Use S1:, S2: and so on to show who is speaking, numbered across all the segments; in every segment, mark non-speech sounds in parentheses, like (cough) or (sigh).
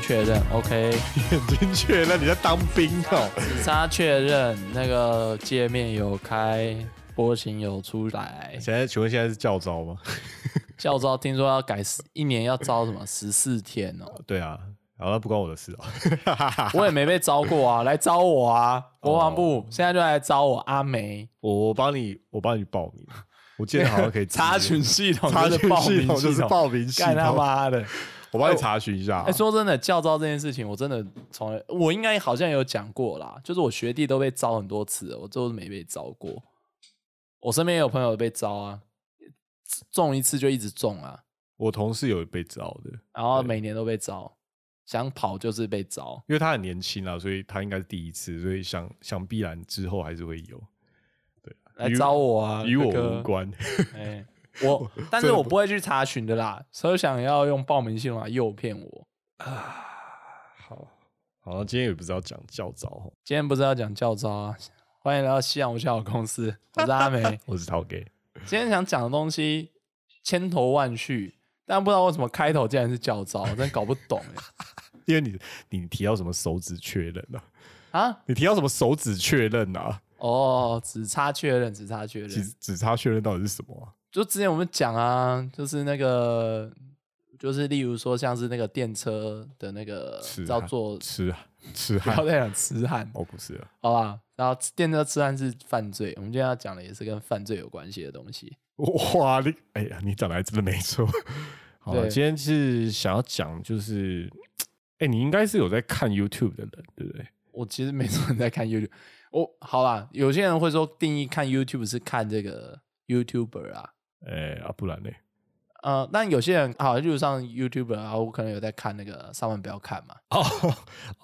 S1: 确认，OK，
S2: (laughs) 眼睛确认你在当兵哦、 (laughs)
S1: 只差确认那个界面有开，波形有出来。
S2: 现在请问现在是教招吗？ (laughs)
S1: 教招听说要改十一年要招什么十四天哦，
S2: 对啊，好了，不关我的事啊。哦
S1: 我也没被招过啊，来招我啊！国防部现在就来招我阿梅，
S2: (laughs) 我我帮你，我帮你报名。我记得 (laughs) 好像可以直接
S1: (laughs) 查询系统
S2: 查
S1: 就是
S2: 询
S1: 报
S2: 系
S1: 名
S2: 统 (laughs) 就是
S1: 统
S2: 报名系
S1: 干他
S2: 统，
S1: 妈的！
S2: 我帮你查询一下啊
S1: 哎、。说真的，教招这件事情，我真的从来我应该好像有讲过啦，就是我学弟都被招很多次了，我就是没被招过。我身边也有朋友被招啊，中一次就一直中啊，
S2: 我同事有被招的，
S1: 然后
S2: 对
S1: 每年都被招，想跑就是被招。
S2: 因为他很年轻啊，所以他应该是第一次，所以想想必然之后还是会有，
S1: 来
S2: 与
S1: 招我啊，
S2: 与我
S1: 哥哥
S2: 无。关。
S1: 哎、
S2: (laughs)
S1: 我，但是我不会去查询的啦，所以想要用报名系统来诱骗我。
S2: 好，好，今天也不知道讲教招哦，
S1: 今天不是要讲教招啊，欢迎来到夕阳无效的公司，我是阿梅。
S2: 我是陶给。
S1: 今天想讲的东西千头万绪，但不知道为什么开头竟然是教招，我真搞不懂哎。
S2: 因为你你提到什么手指确认 (laughs) 啊？
S1: 啊，
S2: 你提到什么手指确认啊？
S1: 哦，只差确认，只差确
S2: 其
S1: 认
S2: 实。指差确认到底是什么啊、
S1: 就之前我们讲啊，就是那个，就是例如说像是那个电车的那个
S2: 痴
S1: 叫
S2: 汉
S1: 做，
S2: 痴汉，痴
S1: 不要
S2: 汉，
S1: 再讲痴汉，
S2: 哦，不是啊，
S1: 好吧？然后电车痴汉是犯罪，我们今天要讲的也是跟犯罪有关系的东西。
S2: 哇，你哎呀，你讲的还真的没错。 (laughs) 好了，
S1: 对
S2: 今天是想要讲就是，哎、你应该是有在看 YouTube 的人，对不对？
S1: 我其实没什么在看 YouTube，我好啦，有些人会说定义看 YouTube 是看这个 YouTuber 啊，
S2: 哎、啊，不然
S1: (laughs)
S2: 呢？
S1: 呃，但有些人好，例如上 YouTube 啊，我可能有在看那个上班不要看嘛，
S2: 哦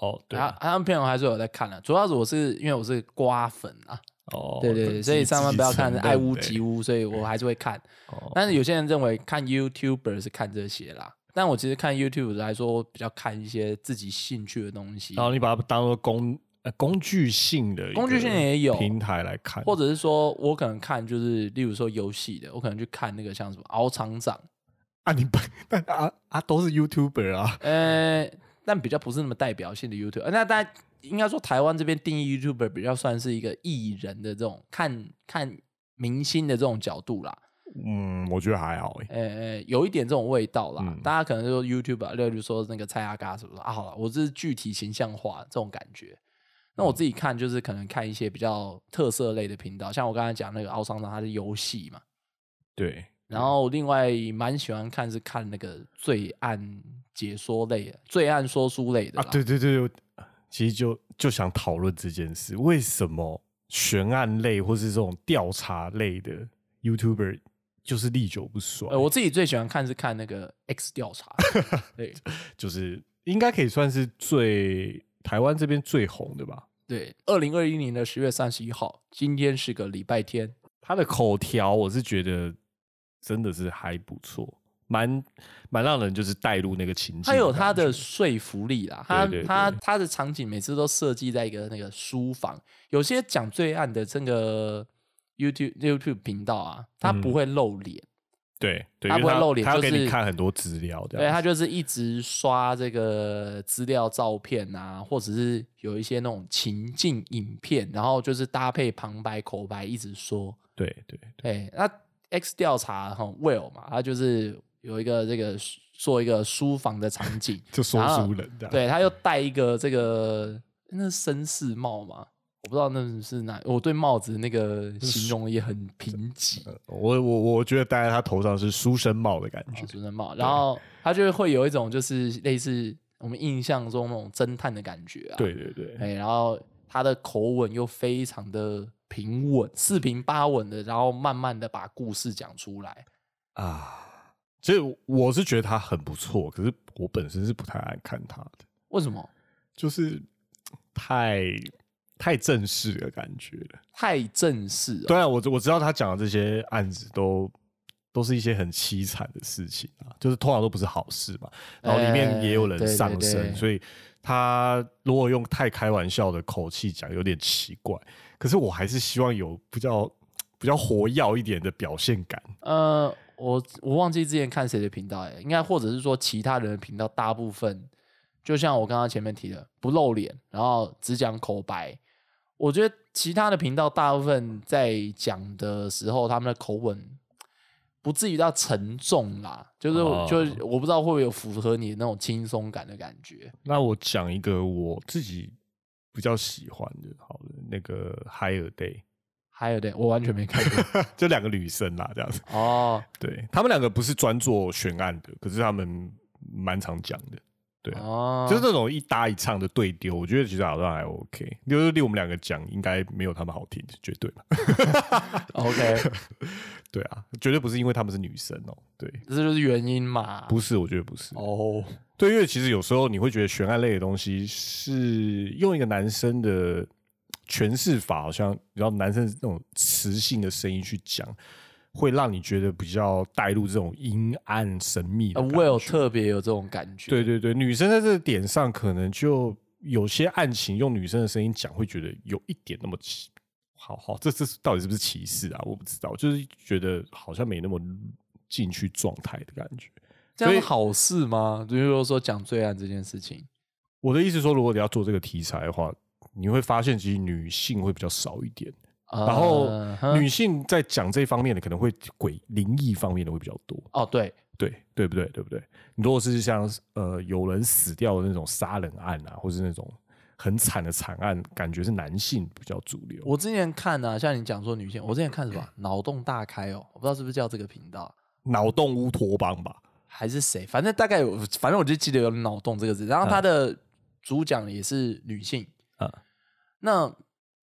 S2: 哦，对
S1: 啊
S2: 啊，，
S1: 他们朋友还是有在看啊。主要是我是因为我是瓜粉啊，
S2: 哦，
S1: 对对
S2: 自
S1: 对，
S2: 己
S1: 所以上班不要看是爱屋及
S2: 乌。
S1: 乌，所以我还是会看。
S2: 哦
S1: 但是有些人认为看 YouTuber 是看这些啦，但我其实看 YouTube 来说，我比较看一些自己兴趣的东西
S2: 然，后你把它当做工呃工具性的一
S1: 工具性
S2: 个
S1: 也有
S2: 平台来看，
S1: 或者是说我可能看就是例如说游戏的，我可能去看那个像什么敖厂长，
S2: 啊，你不 (laughs) 但啊啊都是 YouTuber 啊，
S1: 呃，但比较不是那么代表性的 YouTube。呃那大家应该说，台湾这边定义 YouTuber 比较算是一个艺人的这种看看明星的这种角度啦，
S2: 嗯，我觉得还好诶、
S1: 呃呃，有一点这种味道啦。
S2: 嗯
S1: 大家可能说 YouTuber，例如说那个蔡阿嘎什么的啊，好了，我这是具体形象化这种感觉。那我自己看就是可能看一些比较特色类的频道，像我刚才讲那个奥商长，他是游戏嘛。
S2: 对，
S1: 然后另外蛮喜欢看是看那个罪案解说类的、罪案说书类的
S2: 啊，
S1: 啦
S2: 对对对，我其实就就想讨论这件事，为什么悬案类或是这种调查类的 YouTuber 就是历久不衰？
S1: 呃，我自己最喜欢看是看那个 X 调
S2: (laughs)
S1: 查，对
S2: 就是应该可以算是最台湾这边最红的吧。
S1: 对，二零二一年的十月三十一号，今天是个礼拜天，
S2: 他的口条，我是觉得真的是还不错，蛮蛮让人就是带入那个情境。
S1: 他有他的说服力啦，他
S2: 对对
S1: 他
S2: 对
S1: 他的场景每次都设计在一个那个书房，有些讲罪案的这个 YouTube YouTube 频道啊，他不
S2: 嗯
S1: 会露脸，
S2: 对对，
S1: 他
S2: 因
S1: 不
S2: 为
S1: 会露脸
S2: 他要给
S1: 就是
S2: 你看很多资料，这
S1: 对
S2: 样
S1: 他
S2: 子
S1: 就是一直刷这个资料、照片啊，或者是有一些那种情境影片，然后就是搭配旁白、口白一直说。
S2: 对对对，
S1: 对，哎那 X 调查哈 Will 嘛，他就是有一个这个做一个书房的场景
S2: 就说
S1: 然后
S2: 书 (laughs) 人这样。嗯
S1: 对，他又戴一个这个那是绅士帽嘛，我不知道那是哪，我对帽子那个形容也很贫瘠。
S2: 我我我觉得戴在他头上是书生帽的感觉
S1: 哦，主人帽，然后他就会有一种就是类似我们印象中那种侦探的感觉啊。，
S2: 对对对，
S1: 哎，然后他的口吻又非常的平稳，四平八稳的，然后慢慢的把故事讲出来。
S2: 啊，其实我是觉得他很不错，可是我本身是不太爱看他的，
S1: 为什么？
S2: 就是太太正式的感觉了。
S1: 太正式了。
S2: 对啊，我我知道他讲的这些案子都都是一些很凄惨的事情啊，就是通常都不是好事嘛。然后里面也有
S1: 哎
S2: 人
S1: 对对
S2: 上身，
S1: 对
S2: 所以他如果用太开玩笑的口气讲，有点奇怪。可是我还是希望有比较比较活跃一点的表现感。
S1: 呃，我我忘记之前看谁的频道哎，应该或者是说其他人的频道，大部分就像我刚刚前面提的，不露脸，然后只讲口白。我觉得其他的频道大部分在讲的时候，他们的口吻不至于到沉重啦，就是、
S2: 哦
S1: 就是我不知道会不会有符合你那种轻松感的感觉。
S2: 那我讲一个我自己比较喜欢的，好了，那个 Higher Day，
S1: 还有点，我完全没看
S2: (laughs)
S1: 过
S2: 就两个女生啦，这样子。
S1: 哦
S2: 对他们两个不是专做悬案的，可是他们蛮常讲的，对啊，
S1: 哦，
S2: 就是这种一搭一唱的对丢，我觉得其实好像还 OK。六六六，我们两个讲应该没有他们好听，绝对嘛。
S1: OK，
S2: 对啊，绝对不是因为他们是女生哦、对，
S1: 这就是原因嘛。
S2: 不是，我觉得不是。
S1: 哦，
S2: 对，因为其实有时候你会觉得悬案类的东西是用一个男生的诠释法，好像然后男生那种磁性的声音去讲，会让你觉得比较带入这种阴暗神秘的
S1: 呃
S2: 感觉。
S1: ，Will 特别有这种感觉。
S2: 对对对，女生在这个点上可能就有些案情用女生的声音讲，会觉得有一点那么歧。好好，这这是到底是不是歧视啊？我不知道，就是觉得好像没那么进去状态的感觉。
S1: 这样
S2: 所
S1: 是
S2: 以
S1: 好事吗？比如说讲罪案这件事情，
S2: 我的意思是说，如果你要做这个题材的话，你会发现其实女性会比较少一点，然后
S1: 呃哼
S2: 女性在讲这方面的可能会鬼灵异方面的会比较多，
S1: 哦，对，
S2: 对对不对？对不对？你如果是像呃有人死掉的那种杀人案啊，或是那种很惨的惨案，感觉是男性比较主流。
S1: 我之前看啊，像你讲说女性，我之前看什
S2: (clears throat)
S1: 么脑洞大开哦，我不知道是不是叫这个频道
S2: 脑洞乌托邦吧，
S1: 还是谁，反正大概有，反正我就记得有脑洞这个字。然后它的主讲也是女性，
S2: 嗯
S1: 那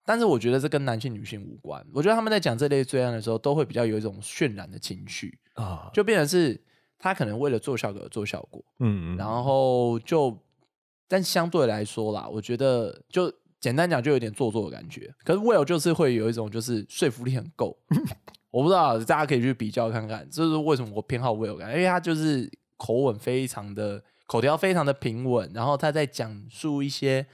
S1: 但是我觉得这跟男性女性无关，我觉得他们在讲这类罪案的时候，都会比较有一种渲染的情绪，
S2: 啊，
S1: 就变成是他可能为了做效果而做效果，
S2: 嗯嗯，
S1: 然后就，但相对来说啦，我觉得就简单讲就有点做作的感觉。可是 Will 就是会有一种就是说服力很够，我不知道大家可以去比较看看，这是为什么我偏好 Will 感觉，因为他就是口吻非常的口条非常的平稳，然后他在讲述一些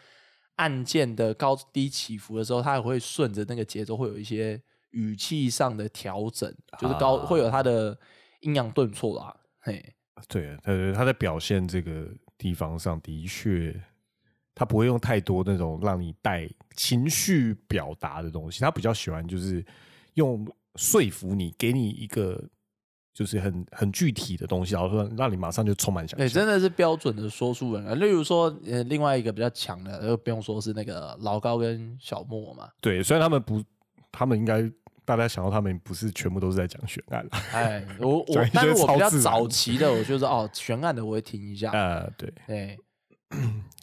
S1: 案件的高低起伏的时候，他也会顺着那个节奏会有一些语气上的调整，就是高、会有他的阴阳顿挫啦，嘿。
S2: 对对对，他在表现这个地方上的确，他不会用太多那种让你带情绪表达的东西，他比较喜欢就是用说服你，给你一个就是很很具体的东西，然后让让你马上就充满想
S1: 对，
S2: 象。
S1: 真的是标准的说书人啊。例如说，呃，另外一个比较强的，呃就不用说是那个老高跟小莫 (laughs) 嘛。
S2: 对，虽然他们不，他们应该大家想到他们不是全部都是在讲悬案啦， (laughs)
S1: 哎，我我
S2: 讲一些，
S1: 但是我比较
S2: 超自然
S1: 早期的，我就是哦，悬案的我会听一下。哎
S2: 呃，对，
S1: 对，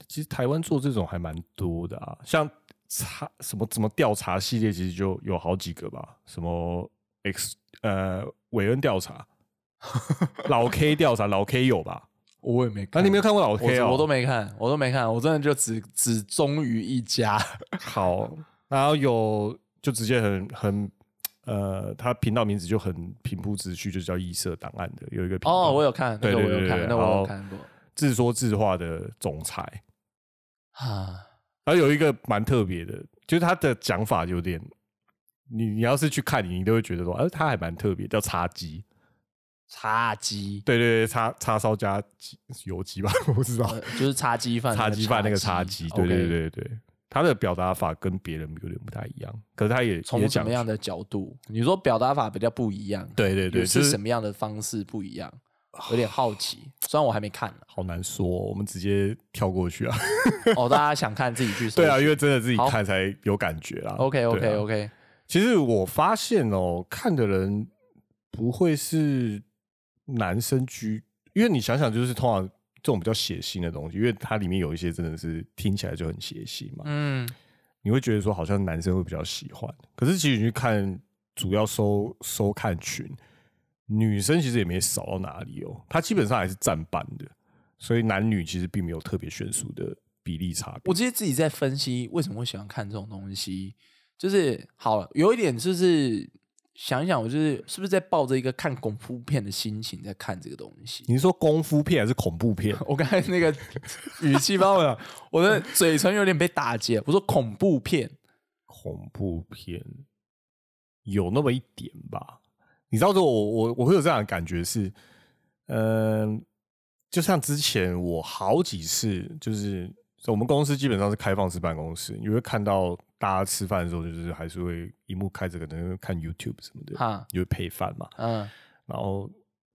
S2: 其实台湾做这种还蛮多的啊，像查什么什么调查系列，其实就有好几个吧，什么 X 呃韦恩调
S1: (laughs)
S2: 查、老 K 调查，老 K 有吧？
S1: 我也没
S2: 啊，
S1: 看
S2: 你没有看过老 K 哦？
S1: 我我都没看，我都没看，我真的就只只忠于一家。
S2: 好，然后有就直接很很呃，他频道名字就很平铺直叙，就叫异色档案的，有一个频道
S1: 哦，我有看，那
S2: 对
S1: 个
S2: 对
S1: 我
S2: 对
S1: 有
S2: 对，
S1: 看，那
S2: 然
S1: 我有
S2: 后
S1: 看过
S2: 自说自话的总裁，
S1: 啊。
S2: 然后有一个蛮特别的，就是他的讲法有点，你你要是去看你，你都会觉得说，哎、他还蛮特别，叫叉鸡，
S1: 叉鸡，
S2: 对对对，叉叉烧加鸡油鸡吧， (laughs) 我不知道
S1: 呃，就是叉鸡饭，
S2: 叉鸡饭那个叉鸡，对
S1: OK
S2: 对对对对，他的表达法跟别人有点不太一样，可是他也也
S1: 从什
S2: 讲
S1: 么，样的角度？你说表达法比较不一样，
S2: 对对对，
S1: 也
S2: 就是是、
S1: 什么样的方式不一样，有点好奇。虽然我还没看呢
S2: 好难说、我们直接跳过去啊，
S1: 哦，大家想看自己去
S2: (laughs)
S1: 搜寻。
S2: 对啊，因为真的自己
S1: 好
S2: 看才有感觉啦。
S1: OK
S2: 对
S1: OK
S2: 啊
S1: OK，
S2: 其实我发现哦，看的人不会是男生居，因为你想想，就是通常这种比较血腥的东西，因为它里面有一些真的是听起来就很血腥嘛，
S1: 嗯，
S2: 你会觉得说好像男生会比较喜欢。可是其实你去看主要收收看群，女生其实也没少到哪里哦，它基本上还是占半的，所以男女其实并没有特别悬殊的比例差别。
S1: 我其实自己在分析为什么会喜欢看这种东西，就是好了，有一点就是想一想，我就是是不是在抱着一个看恐怖片的心情在看这个东西。
S2: 你是说功夫片还是恐怖片？
S1: 我刚才那
S2: (laughs)
S1: 个语气把我的我的嘴唇有点被打结。我说恐怖片，
S2: 恐怖片有那么一点吧。你知道，我我我会有这样的感觉是，嗯、就像之前我好几次，就是我们公司基本上是开放式办公室，你会看到大家吃饭的时候，就是还是会荧幕开着，可能会看 YouTube 什么的，
S1: 哈，
S2: 就会配饭嘛。
S1: 嗯，
S2: 然后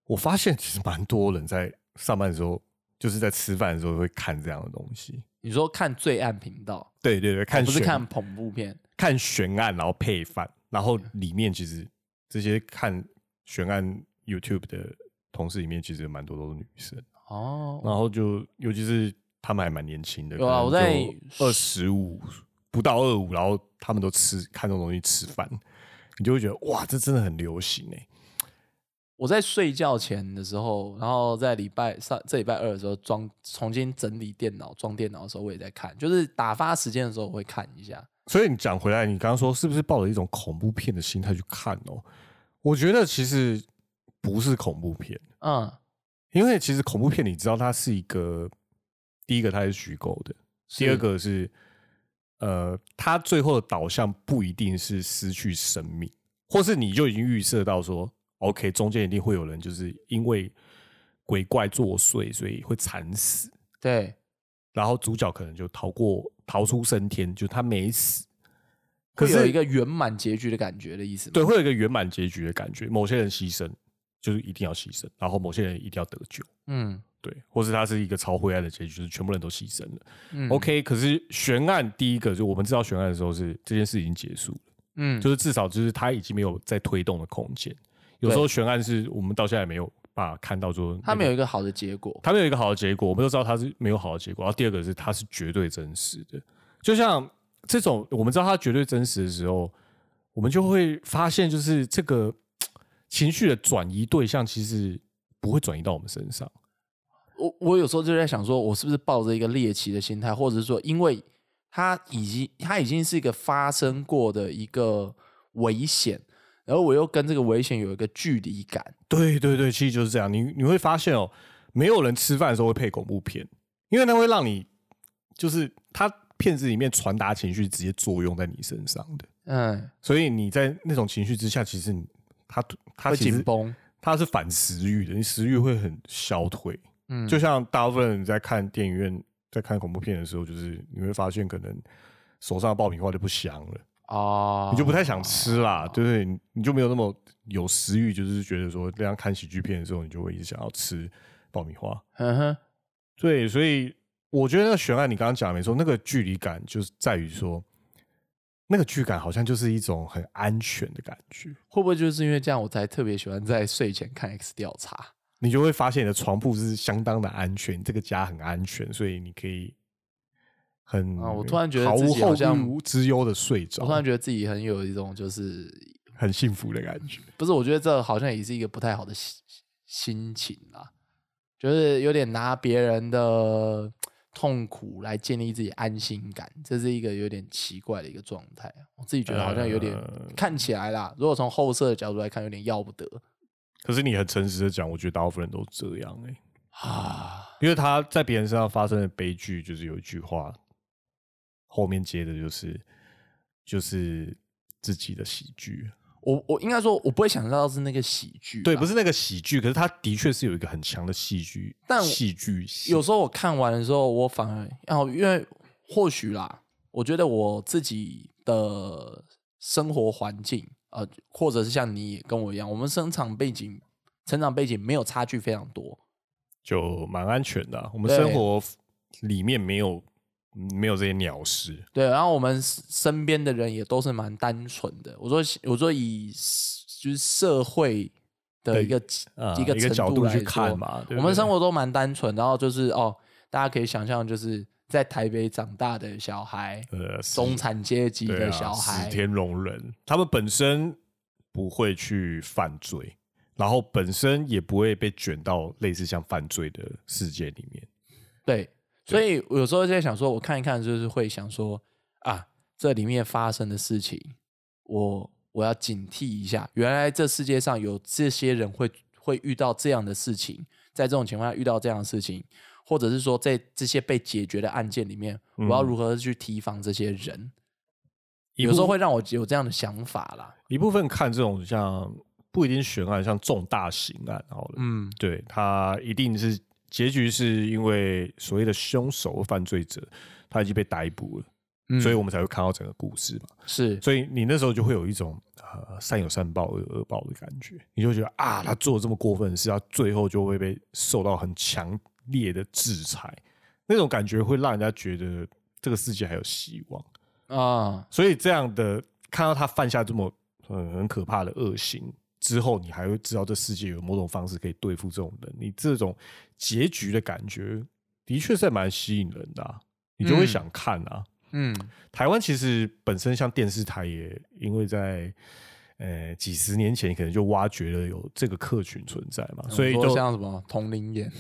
S2: 我发现其实蛮多人在上班的时候，就是在吃饭的时候会看这样的东西。
S1: 你说看罪案频道，
S2: 对对对，看
S1: 哦不是
S2: 悬
S1: 看恐怖片，
S2: 看悬案，然后配饭，然后里面其实这些看悬案 YouTube 的同事里面，其实蛮多都是女生，
S1: 哦，
S2: 然后就尤其是他们还蛮年轻的，
S1: 有啊我在
S2: 二十五不到二五，然后他们都吃看这种东西吃饭，你就会觉得哇，这真的很流行哎、
S1: 我在睡觉前的时候，然后在礼拜上这礼拜二的时候装重新整理电脑装电脑的时候，我也在看，就是打发时间的时候我会看一下。
S2: 所以你讲回来，你刚刚说是不是抱着一种恐怖片的心态去看哦？我觉得其实不是恐怖片，
S1: 嗯，
S2: 因为其实恐怖片你知道它是一个，第一个它是虚构的，第二
S1: 是
S2: 个是呃，它最后的导向不一定是失去生命，或是你就已经预设到说，OK，中间一定会有人就是因为鬼怪作祟，所以会惨死，
S1: 对，
S2: 然后主角可能就逃过逃出升天，就他没死。可
S1: 会有
S2: 是
S1: 一个圆满结局的感觉的意思吗？
S2: 对，会有一个圆满结局的感觉。某些人牺牲就是一定要牺牲，然后某些人一定要得救，
S1: 嗯
S2: 对，或是他是一个超灰暗的结局，就是全部人都牺牲了。
S1: 嗯
S2: OK，可是悬案第一个就我们知道悬案的时候是这件事已经结束了，
S1: 嗯，
S2: 就是至少就是他已经没有再推动的空间。有时候悬案是我们到现在也没有办法看到说、
S1: 他没
S2: 有
S1: 有一个好的结果。
S2: 他没有一个好的结果，我们都知道他是没有好的结果。然后第二个是他是绝对真实的，就像这种我们知道他绝对真实的时候，我们就会发现就是这个嘖情绪的转移对象其实不会转移到我们身上。
S1: 我我有时候就在想，说我是不是抱着一个猎奇的心态，或者是说，因为它已经它已经是一个发生过的一个危险，然后我又跟这个危险有一个距离感。
S2: 对对对，其实就是这样。你你会发现哦，没有人吃饭的时候会配恐怖片，因为那会让你就是他片子里面传达情绪直接作用在你身上的，
S1: 嗯，
S2: 所以你在那种情绪之下，其实你他他
S1: 会
S2: 其
S1: 紧
S2: 实
S1: 绷，
S2: 他是反食欲的，你食欲会很消退。
S1: 嗯，
S2: 就像大部分人在看电影院在看恐怖片的时候，就是你会发现可能手上的爆米花就不香了。
S1: 哦，
S2: 你就不太想吃啦，对不对？你你就没有那么有食欲，就是觉得说这样看喜剧片的时候，你就会一直想要吃爆米花。
S1: 嗯哼，
S2: 对，所以我觉得那个悬案，你刚刚讲的没错，那个距离感就是在于说，那个距离感好像就是一种很安全的感觉。
S1: 会不会就是因为这样，我才特别喜欢在睡前看 X 调查？
S2: 你就会发现你的床铺是相当的安全，这个家很安全，所以你可以很
S1: 啊我突然觉得
S2: 毫
S1: 自
S2: 无
S1: 己好
S2: 后
S1: 像
S2: 顾之忧的睡
S1: 我突然
S2: 着，
S1: 觉得自己很有一种就是
S2: 很幸福的感觉。
S1: 不是，我觉得这好像也是一个不太好的心心情啦，就是有点拿别人的痛苦来建立自己安心感，这是一个有点奇怪的一个状态啊。我自己觉得好像有点、
S2: 呃
S1: 看起来啦，如果从后设的角度来看，有点要不得
S2: 可是你很诚实的讲，我觉得大部分人都这样哎、
S1: 啊。
S2: 因为他在别人身上发生的悲剧，就是有一句话，后面接的就是就是自己的喜剧。
S1: 我我应该说，我不会想到是那个喜剧，
S2: 对，不
S1: 是。
S2: 是那个喜剧，可是他的确是有一个很强的戏剧，
S1: 但我
S2: 戏剧性
S1: 有时候我看完的时候，我反而要，因为或许啦，我觉得我自己的生活环境，呃，或者是像你也跟我一样，我们生长背景、成长背景没有差距非常多。
S2: 就蛮安全的啊、我们
S1: 对
S2: 生活里面没有没有这些鸟事，
S1: 对，然后我们 s- 身边的人也都是蛮单纯的。我说，我说以 s- 就是社会的
S2: 对
S1: 一个
S2: 呃，
S1: 一个
S2: 一个
S1: 程
S2: 角
S1: 度
S2: 度
S1: 来
S2: 去看
S1: 说
S2: 嘛。对不
S1: 我们
S2: 对
S1: 生活都蛮单纯，然后就是哦，大家可以想象，就是在台北长大的小孩，
S2: 呃是
S1: 中产阶级
S2: 对
S1: 的
S2: 啊
S1: 小孩，
S2: 史天龙人，他们本身不会去犯罪，然后本身也不会被卷到类似像犯罪的世界里面。
S1: 对，所以我有时候在想说，我看一看，就是会想说啊，这里面发生的事情，我我要警惕一下。原来这世界上有这些人会会遇到这样的事情，在这种情况下遇到这样的事情，或者是说在这些被解决的案件里面，我要
S2: 嗯
S1: 如何去提防这些人？
S2: 一
S1: 有时候
S2: 部
S1: 会让我有这样的想法啦。
S2: 一部分看这种像不一定悬案，像重大刑案好了，
S1: 嗯
S2: 对，它一定是结局是因为所谓的凶手犯罪者他已经被逮捕了，
S1: 嗯
S2: 所以我们才会看到整个故事嘛。
S1: 是
S2: 所以你那时候就会有一种呃善有善报恶有恶报的感觉，你就觉得啊，他做了这么过分的事，他最后就会被受到很强烈的制裁，那种感觉会让人家觉得这个世界还有希望。
S1: 啊，
S2: 所以这样的看到他犯下这么很很可怕的恶行之后，你还会知道这世界有某种方式可以对付这种人。你这种结局的感觉，的确是蛮吸引人的、啊，你就会
S1: 嗯
S2: 想看啊。
S1: 嗯
S2: 台湾其实本身像电视台也因为在呃几十年前可能就挖掘了有这个客群存在嘛，所以
S1: 嗯我说
S2: 就
S1: 像什么同龄眼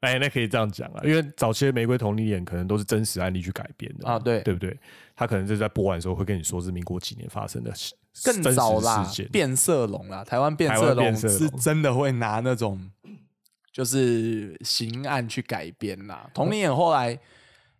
S2: 哎、那可以这样讲啊，因为早期的《玫瑰同龄眼》可能都是真实案例去改编的嘛
S1: 啊对
S2: 对不对？他可能就是在播完的时候会跟你说是民国几年发生的事
S1: 更
S2: 真实
S1: 早啦
S2: 事，件，
S1: 变色龙啦，台湾变
S2: 台湾
S1: 色龙
S2: 变色
S1: 是
S2: 龙
S1: 真的会拿那种就是刑案去改编啦。
S2: 哦
S1: 同龄眼后来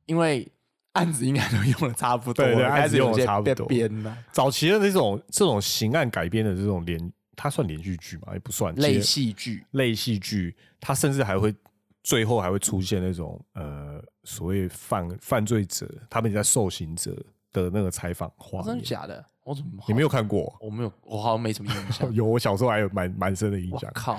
S1: 因为案子应该都用的差不多了，
S2: 对对
S1: 开
S2: 案
S1: 始
S2: 子
S1: 有
S2: 用得
S1: 些
S2: 差不
S1: 被
S2: 多
S1: 编啦，
S2: 早期的这种这种刑案改编的这种连，它算连续剧嘛？也不算
S1: 类
S2: 其实
S1: 戏剧
S2: 类戏剧，它甚至还会最后还会出现那种呃所谓犯犯罪者他们在受刑者的那个采访画
S1: 真
S2: 面
S1: 的，假的？我怎么好
S2: 你没有？看过？
S1: 我没有，我好像没什么印
S2: (laughs)
S1: 象。
S2: 有，我小时候还有蛮蛮深的印
S1: 我
S2: 象。
S1: 靠，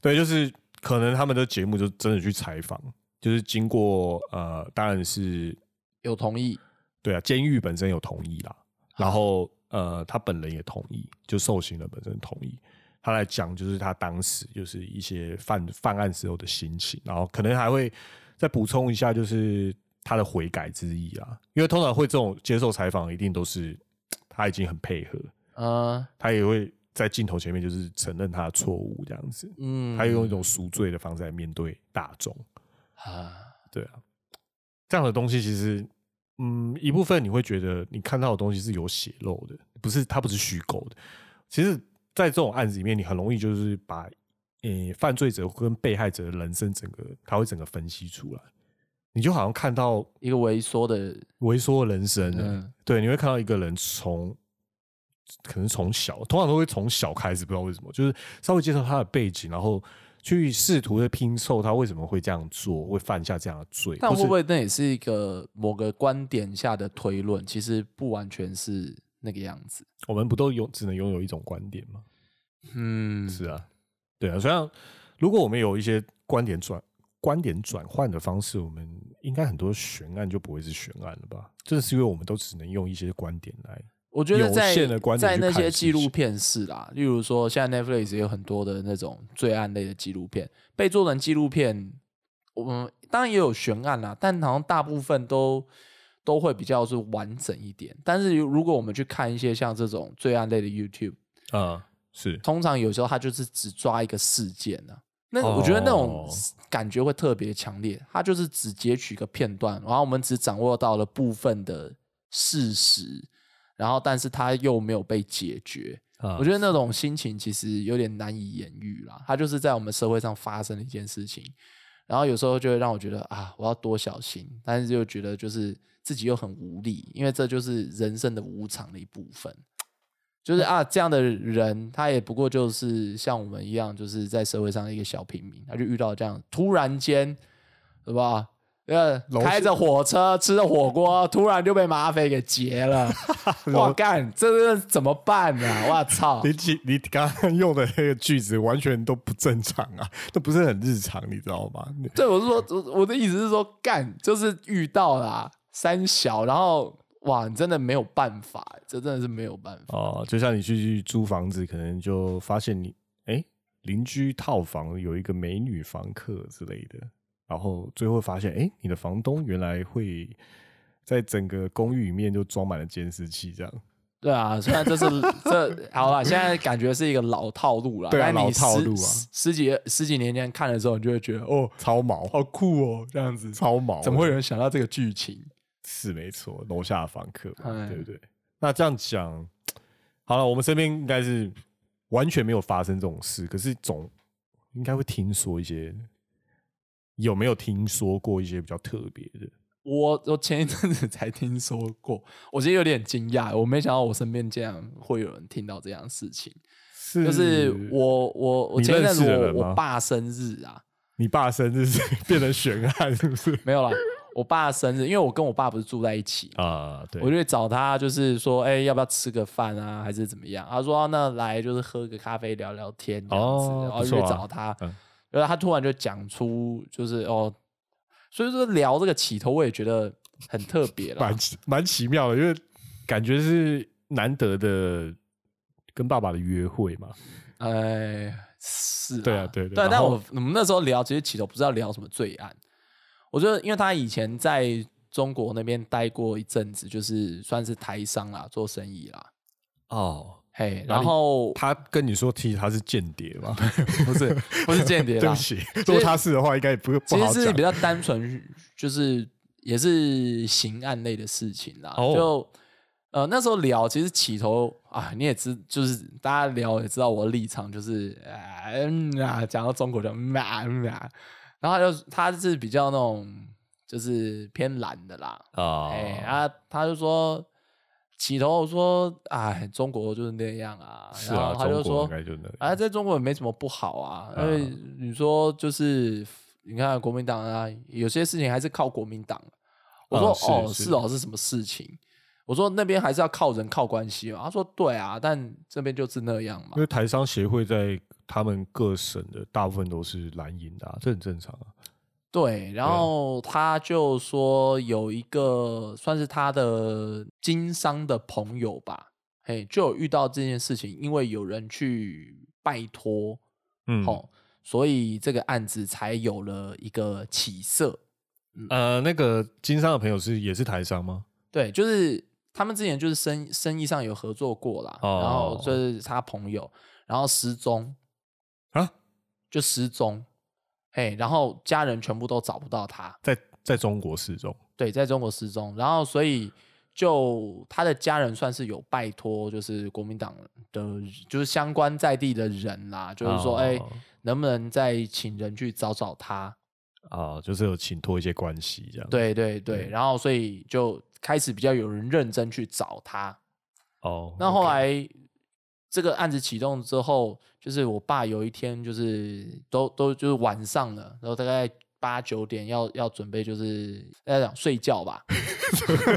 S2: 对，就是可能他们的节目就真的去采访，就是经过呃，当然是
S1: 有同意
S2: 对啊，监狱本身有同意啦，然后呃，他本人也同意，就受刑人本身同意。他来讲就是他当时就是一些犯犯案时候的心情，然后可能还会再补充一下，就是他的悔改之意啊。因为通常会这种接受采访，一定都是嘖他已经很配合，
S1: 呃，
S2: 他也会在镜头前面就是承认他的错误这样子，
S1: 嗯，
S2: 他用一种赎罪的方式来面对大众。
S1: 啊，
S2: 对啊，这样的东西其实，嗯，一部分你会觉得你看到的东西是有血肉的，不是它不是虚构的。其实，在这种案子里面，你很容易就是把呃犯罪者跟被害者的人生整个，他会整个分析出来，你就好像看到
S1: 一个萎缩的，
S2: 微缩的人生、
S1: 嗯，
S2: 对，你会看到一个人从可能从小，通常都会从小开始，不知道为什么，就是稍微介绍他的背景，然后去试图的拼凑他为什么会这样做，会犯下这样的罪。
S1: 但
S2: 或
S1: 会
S2: 是
S1: 不会那也是一个某个观点下的推论？其实不完全是那个样子。
S2: 我们不都有只能拥有一种观点吗？
S1: 嗯，
S2: 是啊，对啊。虽然如果我们有一些观点转观点转换的方式，我们应该很多悬案就不会是悬案了吧？正是因为我们都只能用一些观点来，
S1: 我觉得
S2: 有
S1: 在
S2: 限的观点
S1: 在
S2: 去
S1: 那
S2: 看
S1: 些
S2: 事
S1: 纪录
S2: 情
S1: 片是啦，例如说现在 Netflix 也有很多的那种罪案类的纪录片，被做成纪录片，我们当然也有悬案啦，但好像大部分都都会比较是完整一点。但是如果我们去看一些像这种罪案类的 YouTube，
S2: 嗯，是
S1: 通常有时候他就是只抓一个事件呢、啊。那我觉得那种
S2: 哦
S1: 感觉会特别强烈，他就是只截取一个片段，然后我们只掌握到了部分的事实，然后但是他又没有被解决。
S2: 啊
S1: 我觉得那种心情其实有点难以言喻啦，它就是在我们社会上发生的一件事情，然后有时候就会让我觉得啊，我要多小心，但是又觉得就是自己又很无力，因为这就是人生的无常的一部分。就是啊，这样的人他也不过就是像我们一样，就是在社会上的一个小平民，他就遇到这样突然间，是吧？呃，
S2: 楼
S1: 开着火车吃着火锅，突然就被马匪给劫了，哇干，这是怎么办呢、啊？哇操！
S2: 你起你刚刚用的那个句子完全都不正常啊，那不是很日常，你知道吗？
S1: 对，我是说，我我的意思是说，干就是遇到啦、三小，然后哇，你真的没有办法，这真的是没有办法。
S2: 哦，就像你去租房子，可能就发现你哎邻居套房有一个美女房客之类的，然后最后发现哎你的房东原来会在整个公寓里面就装满了监视器，这样
S1: 对啊，虽然这是这好了，现在感觉是一个老套路了，
S2: 对啊
S1: 但你
S2: 老套
S1: 十
S2: 路啊
S1: 十十几十几年前看的时候，你就会觉得哦，
S2: 超毛
S1: 好酷哦，这样子，
S2: 超毛，
S1: 怎么会有人想到这个剧情？
S2: 是没错，楼下的房客嘛，
S1: 哎
S2: 对不对？那这样讲，好了，我们身边应该是完全没有发生这种事，可是总应该会听说一些，有没有听说过一些比较特别的？
S1: 我我前一阵子才听说过，我其实有点惊讶，我没想到我身边竟然会有人听到这样的事情。
S2: 是
S1: 就是我我我
S2: 你
S1: 前一阵
S2: 认识
S1: 子
S2: 的
S1: 我
S2: 人吗
S1: 我爸生日啊，
S2: 你爸生日 (laughs) 是变成悬案，是不
S1: (laughs)
S2: 是？
S1: 没有啦，我爸生日，因为我跟我爸不是住在一起，
S2: 啊，对
S1: 我就会找他，就是说，哎、要不要吃个饭啊，还是怎么样？他说、啊那来就是喝个咖啡聊聊天这样子，
S2: 哦
S1: 然后
S2: 不
S1: 就
S2: 错
S1: 去
S2: 啊
S1: 找他，
S2: 嗯
S1: 然后他突然就讲出，就是哦，所以说聊这个起头，我也觉得很特别啦
S2: 蛮。奇蛮奇妙的，因为感觉是难得的跟爸爸的约会嘛。
S1: 哎，是，
S2: 对啊对对
S1: 对。
S2: 然
S1: 但
S2: 后
S1: 我我们那时候聊，其实起头不是要聊什么罪案，我觉得因为他以前在中国那边待过一阵子，就是算是台商啦，做生意啦。
S2: 哦，
S1: 嘿，
S2: 哪
S1: 然
S2: 里
S1: 后
S2: 他跟你说，其实他是间谍嘛？
S1: 不是 (laughs) 不是间谍
S2: (laughs) 对
S1: 啦
S2: 不，起，如果他是的话，应该也不不
S1: 其
S2: 好
S1: 实是
S2: 讲
S1: 比。较单纯，就是也是刑案类的事情啦。
S2: 哦
S1: 就呃那时候聊，其实起头啊，你也知，就是大家聊也知道我的立场，就是啊嗯啊，讲到中国就嗯啊嗯啊，然后他就他是比较那种就是偏懒的啦，
S2: 啊
S1: 哎、啊，他就说起头说哎，中国就是那样啊，
S2: 是
S1: 然
S2: 啊，
S1: 后他就
S2: 中国
S1: 说
S2: 应该就那样
S1: 啊，在中国也没什么不好啊，因为你说就是你看国民党啊，有些事情还是靠国民党。我说、
S2: 啊是
S1: 哦，
S2: 是
S1: 是哦，是什么事情？我说那边还是要靠人靠关系嘛。他说对啊，但这边就是那样嘛
S2: 因。为台商协会在他们各省的大部分都是蓝营的、啊，这很正常啊。
S1: 对，然后他就说有一个算是他的经商的朋友吧，嘿，就有遇到这件事情，因为有人去拜托，
S2: 嗯
S1: 哦，所以这个案子才有了一个起色。
S2: 呃，那个经商的朋友是也是台商吗？
S1: 对，就是他们之前就是生生意上有合作过啦，
S2: 哦
S1: 然后就是他朋友，然后失踪
S2: 啊，
S1: 就失踪，嘿，然后家人全部都找不到他，
S2: 在在中国市中
S1: 对，在中国失踪，然后所以。就他的家人算是有拜托，就是国民党的，就是相关在地的人啦，就是说，
S2: 哦
S1: 哎、能不能再请人去找找他？
S2: 啊，就是有请托一些关系这样。
S1: 对对对，
S2: 对
S1: 然后所以就开始比较有人认真去找他。
S2: 哦，
S1: 那后来这个案子启动之后，就是我爸有一天就是都都就是晚上了，然后大概八九点要要准备就是要讲睡觉吧，
S2: (laughs)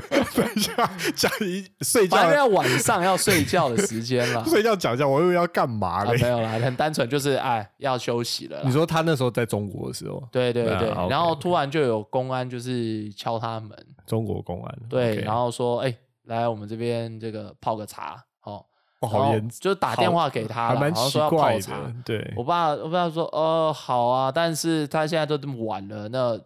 S2: 等一下讲一睡
S1: 反正
S2: 觉。
S1: 要晚上要睡觉的时间了
S2: (laughs) 睡觉讲一下，我又要干嘛
S1: 啊，
S2: 嘞？
S1: 没有啦，很单纯，就是哎，要休息了啦。
S2: 你说他那时候在中国的时候，
S1: 对对
S2: 啊
S1: 对，
S2: ，OK，OK
S1: 然后突然就有公安就是敲他门，
S2: 中国公安
S1: 对
S2: OK
S1: 然后说，哎、来我们这边这个泡个茶，哦，
S2: 哦
S1: 然
S2: 好
S1: 后
S2: 严，
S1: 就是打电话给他
S2: 还
S1: 啦
S2: 蛮
S1: 然后
S2: 奇
S1: 说要
S2: 怪
S1: 泡茶
S2: 的。对
S1: 我，爸，我爸说，哦，好啊，但是他现在都这么晚了，那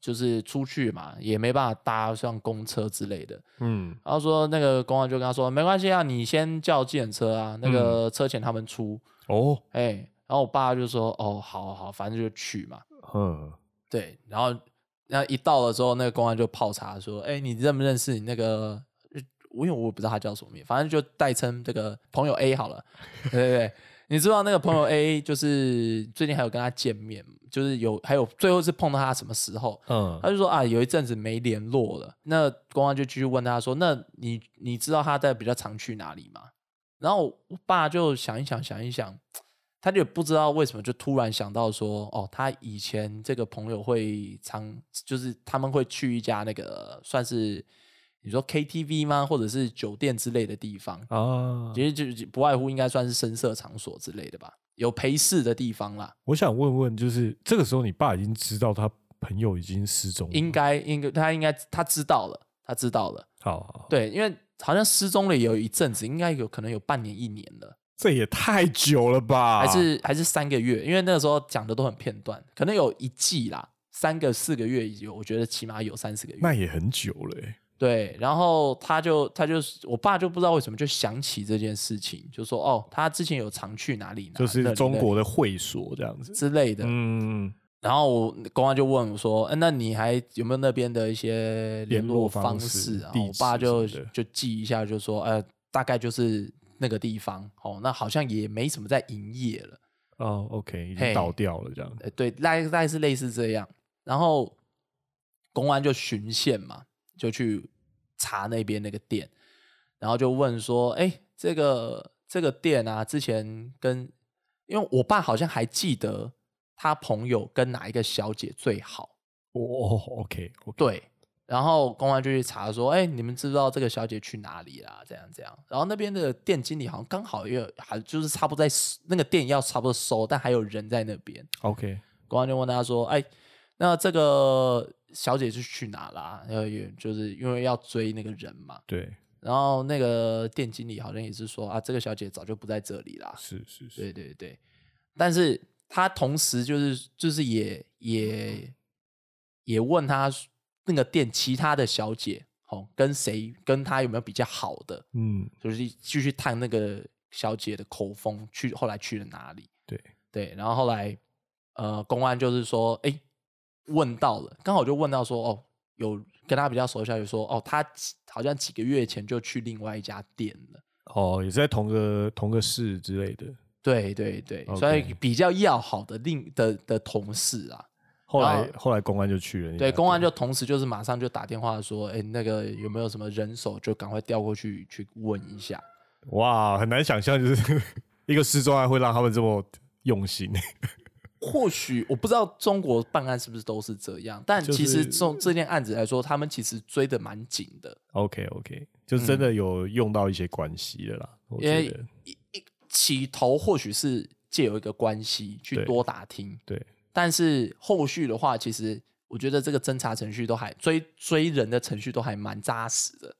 S1: 就是出去嘛，也没办法搭像公车之类的。
S2: 嗯
S1: 然后说那个公安就跟他说，没关系啊，你先叫计程车啊，那个车钱他们出。
S2: 哦
S1: 哎、然后我爸就说，哦，好好，反正就去嘛。
S2: 嗯
S1: 对，然后那一到了之后，那个公安就泡茶说：“哎，你认不认识你那个？呃我因为我也不知道他叫什么名，反正就代称这个朋友 A 好了。对对对，你知道那个朋友 A 就是最近还有跟他见面，就是有还有最后是碰到他什么时候？
S2: 嗯
S1: 他就说啊，有一阵子没联络了。那公安就继续问他说：那你你知道他在比较常去哪里吗？然后我爸就想一想，想一想，他就不知道为什么就突然想到说，哦，他以前这个朋友会常就是他们会去一家那个算是你说 KTV 吗，或者是酒店之类的地方，
S2: 啊，
S1: 其实就就不外乎应该算是声色场所之类的吧，有陪侍的地方啦，
S2: 我想问问，就是这个时候你爸已经知道他朋友已经失踪了吗，
S1: 应该应该他应该他知道了，他知道了，
S2: 好好，好
S1: 对，因为好像失踪了也有一阵子，应该有可能有半年一年了。
S2: 这也太久了吧？
S1: 还是还是三个月，因为那个时候讲的都很片段，可能有一季啦，三个四个月有，我觉得起码有三四个
S2: 那
S1: 月。
S2: 也很久了欸、
S1: 对，然后他就他就我爸就不知道为什么就想起这件事情，就说哦，他之前有常去哪里，哪
S2: 就是
S1: 那里
S2: 中
S1: 那里
S2: 国的会所这样子。
S1: 之类的。
S2: 嗯，
S1: 然后我公安就问我说：“嗯，那你还有没有那边的一些联
S2: 联络
S1: 络
S2: 方
S1: 方
S2: 式
S1: 式啊？”
S2: 地
S1: 我爸
S2: 址什
S1: 就
S2: 么的
S1: 就记一下，就说：“呃，大概就是那个地方哦，那好像也没什么在营业了。”
S2: 哦，OK，已
S1: 嘿
S2: 经倒掉了这样子。
S1: 呃，对，大概大概是类似这样。然后公安就巡线嘛，就去查那边那个店，然后就问说：“哎，这个这个店啊，之前跟因为我爸好像还记得他朋友跟哪一个小姐最好。
S2: 哦，OK OK，
S1: 对，然后公安就去查说，哎、你们知不知道这个小姐去哪里啦？这样这样。然后那边的店经理好像刚好也有，还就是差不多在那个店要差不多收，但还有人在那边。
S2: OK，
S1: 公安就问他说，哎、那这个小姐是去哪啦？然后也就是因为要追那个人嘛。
S2: 对，
S1: 然后那个店经理好像也是说啊，这个小姐早就不在这里啦。
S2: 是是是，
S1: 对对对，但是他同时就是就是也也也问他那个店其他的小姐，哦，跟谁跟他有没有比较好的，
S2: 嗯，
S1: 就是继续探那个小姐的口风，去后来去了哪里？
S2: 对
S1: 对，然后后来呃，公安就是说，哎，问到了，刚好就问到说，哦，有跟他比较熟的小姐说，哦，她几好像几个月前就去另外一家店了。
S2: 哦，也是在同个同个市之类的。
S1: 对对对，所以
S2: OK
S1: 比较要好的另的的同事啊，
S2: 后来
S1: 然后
S2: 后来公安就去了，
S1: 对，公安就同时就是马上就打电话说，哎，那个有没有什么人手，就赶快调过去去问一下。
S2: 哇，很难想象，就是 (laughs) 一个失踪案会让他们这么用心。 (laughs)
S1: 或许我不知道中国办案是不是都是这样，但
S2: 就
S1: 其实
S2: 是
S1: 从这件案子来说，他们其实追的蛮紧的，
S2: OK OK，就真的有用到一些关系的啦，我
S1: 嗯因
S2: 觉
S1: 为
S2: 得
S1: 一一起头或许是借由一个关系去
S2: 对
S1: 多打听，
S2: 对，
S1: 但是后续的话，其实我觉得这个侦查程序都还追追人的程序都还蛮扎实的。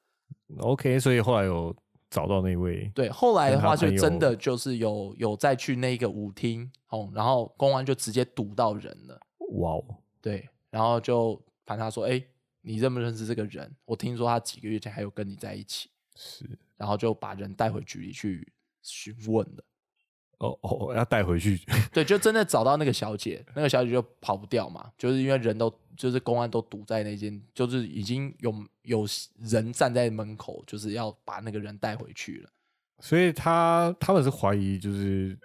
S2: OK，所以后来有找到那位，
S1: 对，后来的
S2: 跟他
S1: 话就
S2: 朋友
S1: 真的就是有有再去那个舞厅哦，然后公安就直接堵到人了，
S2: 哇哦，
S1: 对，然后就盘他说，哎、你认不认识这个人？我听说他几个月前还有跟你在一起，
S2: 是
S1: 然后就把人带回局里去询问了，
S2: 哦哦，要带回去 (laughs)
S1: 对，就真的找到那个小姐，那个小姐就跑不掉嘛，就是因为人都就是公安都堵在那间，就是已经有有人站在门口，就是要把那个人带回去了。
S2: 所以他他们是怀疑，就是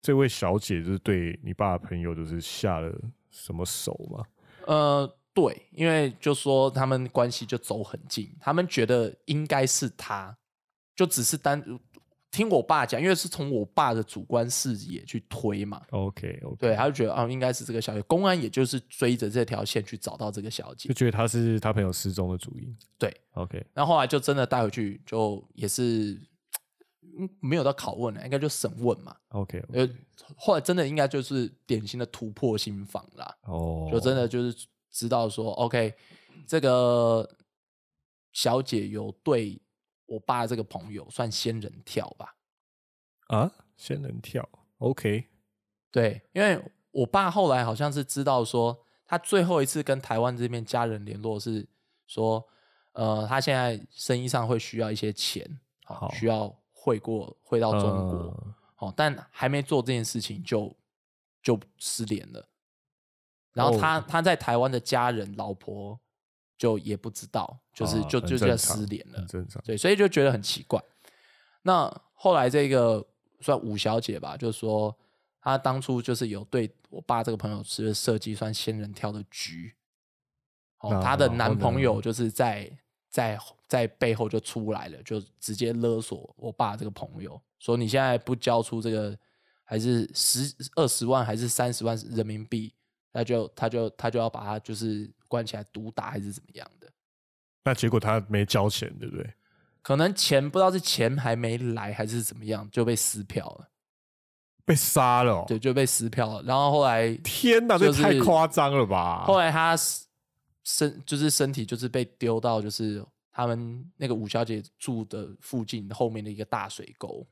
S2: 这位小姐就是对你爸的朋友就是下了什么手嘛？
S1: 呃，对，因为就说他们关系就走很近，他们觉得应该是他，就只是单听我爸讲，因为是从我爸的主观视野去推嘛。
S2: OK OK，
S1: 对，他就觉得啊，应该是这个小姐。公安也就是追着这条线去找到这个小姐
S2: 就，觉得他是他朋友失踪的主因。
S1: 对
S2: ，OK
S1: 然后后来就真的带回去，就也是嗯没有到拷问了，应该就审问嘛。
S2: OK，
S1: 呃，后来真的应该就是典型的突破心防啦。
S2: 哦，
S1: 就真的就是知道说，OK，这个小姐有对我爸这个朋友算仙人跳吧？
S2: 啊，仙人跳，OK，
S1: 对，因为我爸后来好像是知道说，他最后一次跟台湾这边家人联络是说，呃，他现在生意上会需要一些钱，
S2: 好
S1: 需要汇过汇到中国，
S2: 嗯
S1: 哦，但还没做这件事情就就失联了。然后
S2: 哦
S1: 他、他在台湾的家人、老婆就也不知道，就是、
S2: 啊
S1: 就
S2: 很
S1: 就
S2: 正
S1: 叫
S2: 常
S1: 失联了
S2: 很，正常。
S1: 对，所以就觉得很奇怪。那后来这个算五小姐吧，就说她当初就是有对我爸这个朋友是设计算仙人跳的局，哦
S2: 那，
S1: 她的
S2: 然后
S1: 男
S2: 呢
S1: 朋友就是在在在背后就出来了，就直接勒索我爸这个朋友，说你现在不交出这个还是十二十万还是三十万人民币，那就他就他就要把他就是关起来毒打还是怎么样的。
S2: 那结果他没交钱，对不对？
S1: 可能钱不知道是钱还没来还是怎么样就被撕票了，
S2: 被杀了、哦，
S1: 对，就被撕票了。然后后来，
S2: (laughs) 天哪，
S1: 就
S2: 这
S1: 是
S2: 太夸张了吧！
S1: 后来他是身就是身体就是被丢到就是他们那个五小姐住的附近后面的一个大水沟，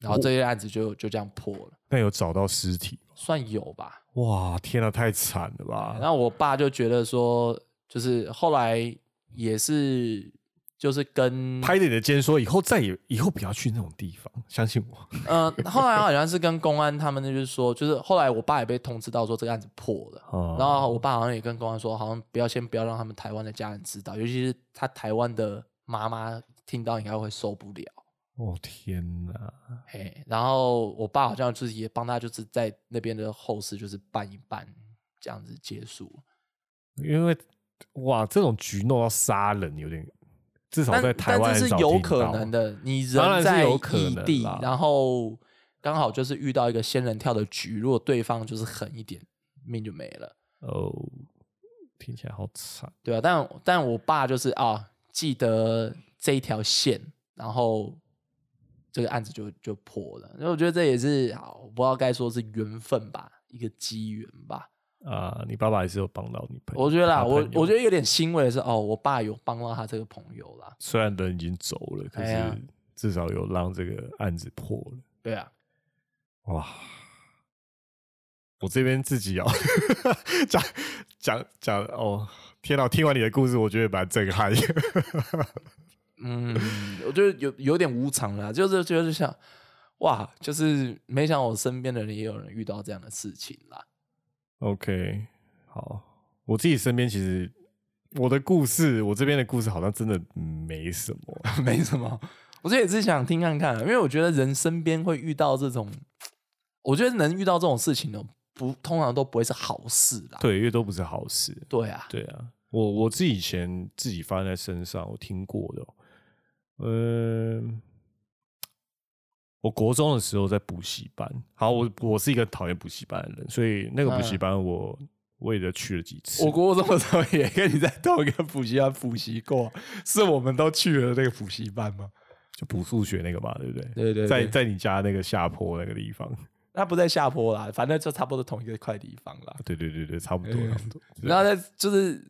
S1: 然
S2: 哦
S1: 后这些案子就就这样破了，
S2: 那有找到尸体吗？
S1: 算有吧。
S2: 哇，天哪，太惨了吧！
S1: 然后我爸就觉得说，就是后来也是就是跟
S2: 拍着你的肩说：“以后再也以后不要去那种地方，相信我。
S1: 呃，后来好像是跟公安他们就是说，就是后来我爸也被通知到说这个案子破了。”
S2: 哦
S1: 然后我爸好像也跟公安说，好像不要先不要让他们台湾的家人知道，尤其是他台湾的妈妈听到应该会受不了。
S2: 哦天哪，
S1: 嘿，然后我爸好像就是也帮他，就是在那边的后事就是办一办，这样子结束。
S2: 因为哇，这种局弄到杀人有点，至少
S1: 但
S2: 哦在台湾
S1: 但这是
S2: 很少
S1: 有
S2: 听
S1: 可
S2: 到
S1: 能的，你
S2: 当然
S1: 人
S2: 是
S1: 在
S2: 有可
S1: 异
S2: 能
S1: 地
S2: 啦，
S1: 然后刚好就是遇到一个仙人跳的局，如果对方就是狠一点，命就没了，
S3: 哦，听起来好惨。
S1: 对吧、啊但但我爸就是啊，记得这一条线，然后这个案子就就破了。所以我觉得这也是好，我不知道该说是缘分吧，一个机缘吧。
S3: 啊、你爸爸还是有帮到你朋友。
S1: 我觉得啦，
S3: 他
S1: 我
S3: 朋友
S1: 我觉得有点欣慰的是，哦，我爸有帮到他这个朋友啦。
S3: 虽然人已经走了，可
S1: 哎呀
S3: 是至少有让这个案子破了。
S1: 对啊，
S3: 哇，
S2: 我这边自己哦， (laughs) 讲讲讲哦，天哪！听完你的故事，我觉得蛮震撼。
S1: 嗯， (laughs) 我觉得有有点无常啦，就是就是想，哇，就是没想到我身边的人也有人遇到这样的事情啦。
S2: (laughs) OK，
S3: 好，
S2: 我自己身边其实我的故事，我这边的故事好像真的没什么。啊
S1: (laughs) 没什么，我这也是想听看啊看，因为我觉得人身边会遇到这种，我觉得能遇到这种事情呢，不通常都不会是好事啦。
S2: (laughs) 对，因为都不是好事。
S1: 对啊，
S3: 对啊，
S2: 我我自己以前自己发生在身上，我听过的哦、嗯，我国中的时候在补习班，好，我我是一个讨厌补习班的人，所以那个补习
S1: 嗯
S2: 班我、我也去了几次。
S1: 我国中的时候也跟你在同一个补习班补习过，是我们都去了那个补习班吗？
S2: 就补数学那个嘛，对不对？
S1: 对对
S2: 在
S1: 对
S2: 在你家那个下坡那个地方，
S1: 那不在下坡啦，反正就差不多同一个块地方啦。
S2: 对对对对，差不多
S1: 嗯
S2: 差不多。
S1: (laughs) 然后在就是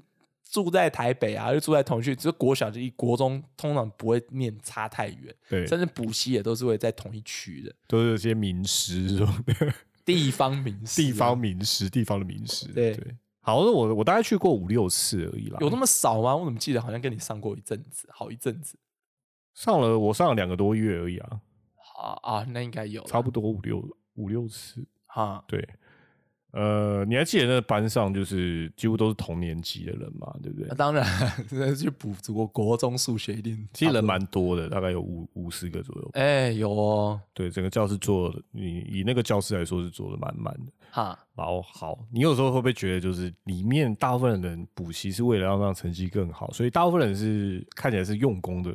S1: 住在台北啊，又住在同区，只是国小就一国中通常不会念差太远，
S2: 对，
S1: 甚至补习也都是会在同一区的
S2: 都是一些名师这种
S1: 啊
S2: 的
S1: 地方名师啊、
S2: 地方名师，地方的名师。
S1: 对
S2: 对，好，那我我大概去过五六次而已啦。
S1: 有那么少吗？我怎么记得好像跟你上过一阵子，好一阵子
S2: 上了我上了两个多月而已啊，
S1: 啊啊，那应该有啦
S2: 差不多五六五六次。
S1: 哈，
S2: 对，呃，你还记得那班上就是几乎都是同年级的人嘛，对不对
S1: 那、？当然 (laughs) 去补足过国中数学一定
S2: 其实人
S1: 差不多
S2: 蛮多的，大概有五五十个左右。
S1: 哎、有哦
S2: 对，整个教室坐的，你以那个教室来说是坐的满满的。
S1: 哈，
S2: 然后好，你有时候会不会觉得，就是里面大部分的人补习是为了要让成绩更好，所以大部分人是看起来是用功的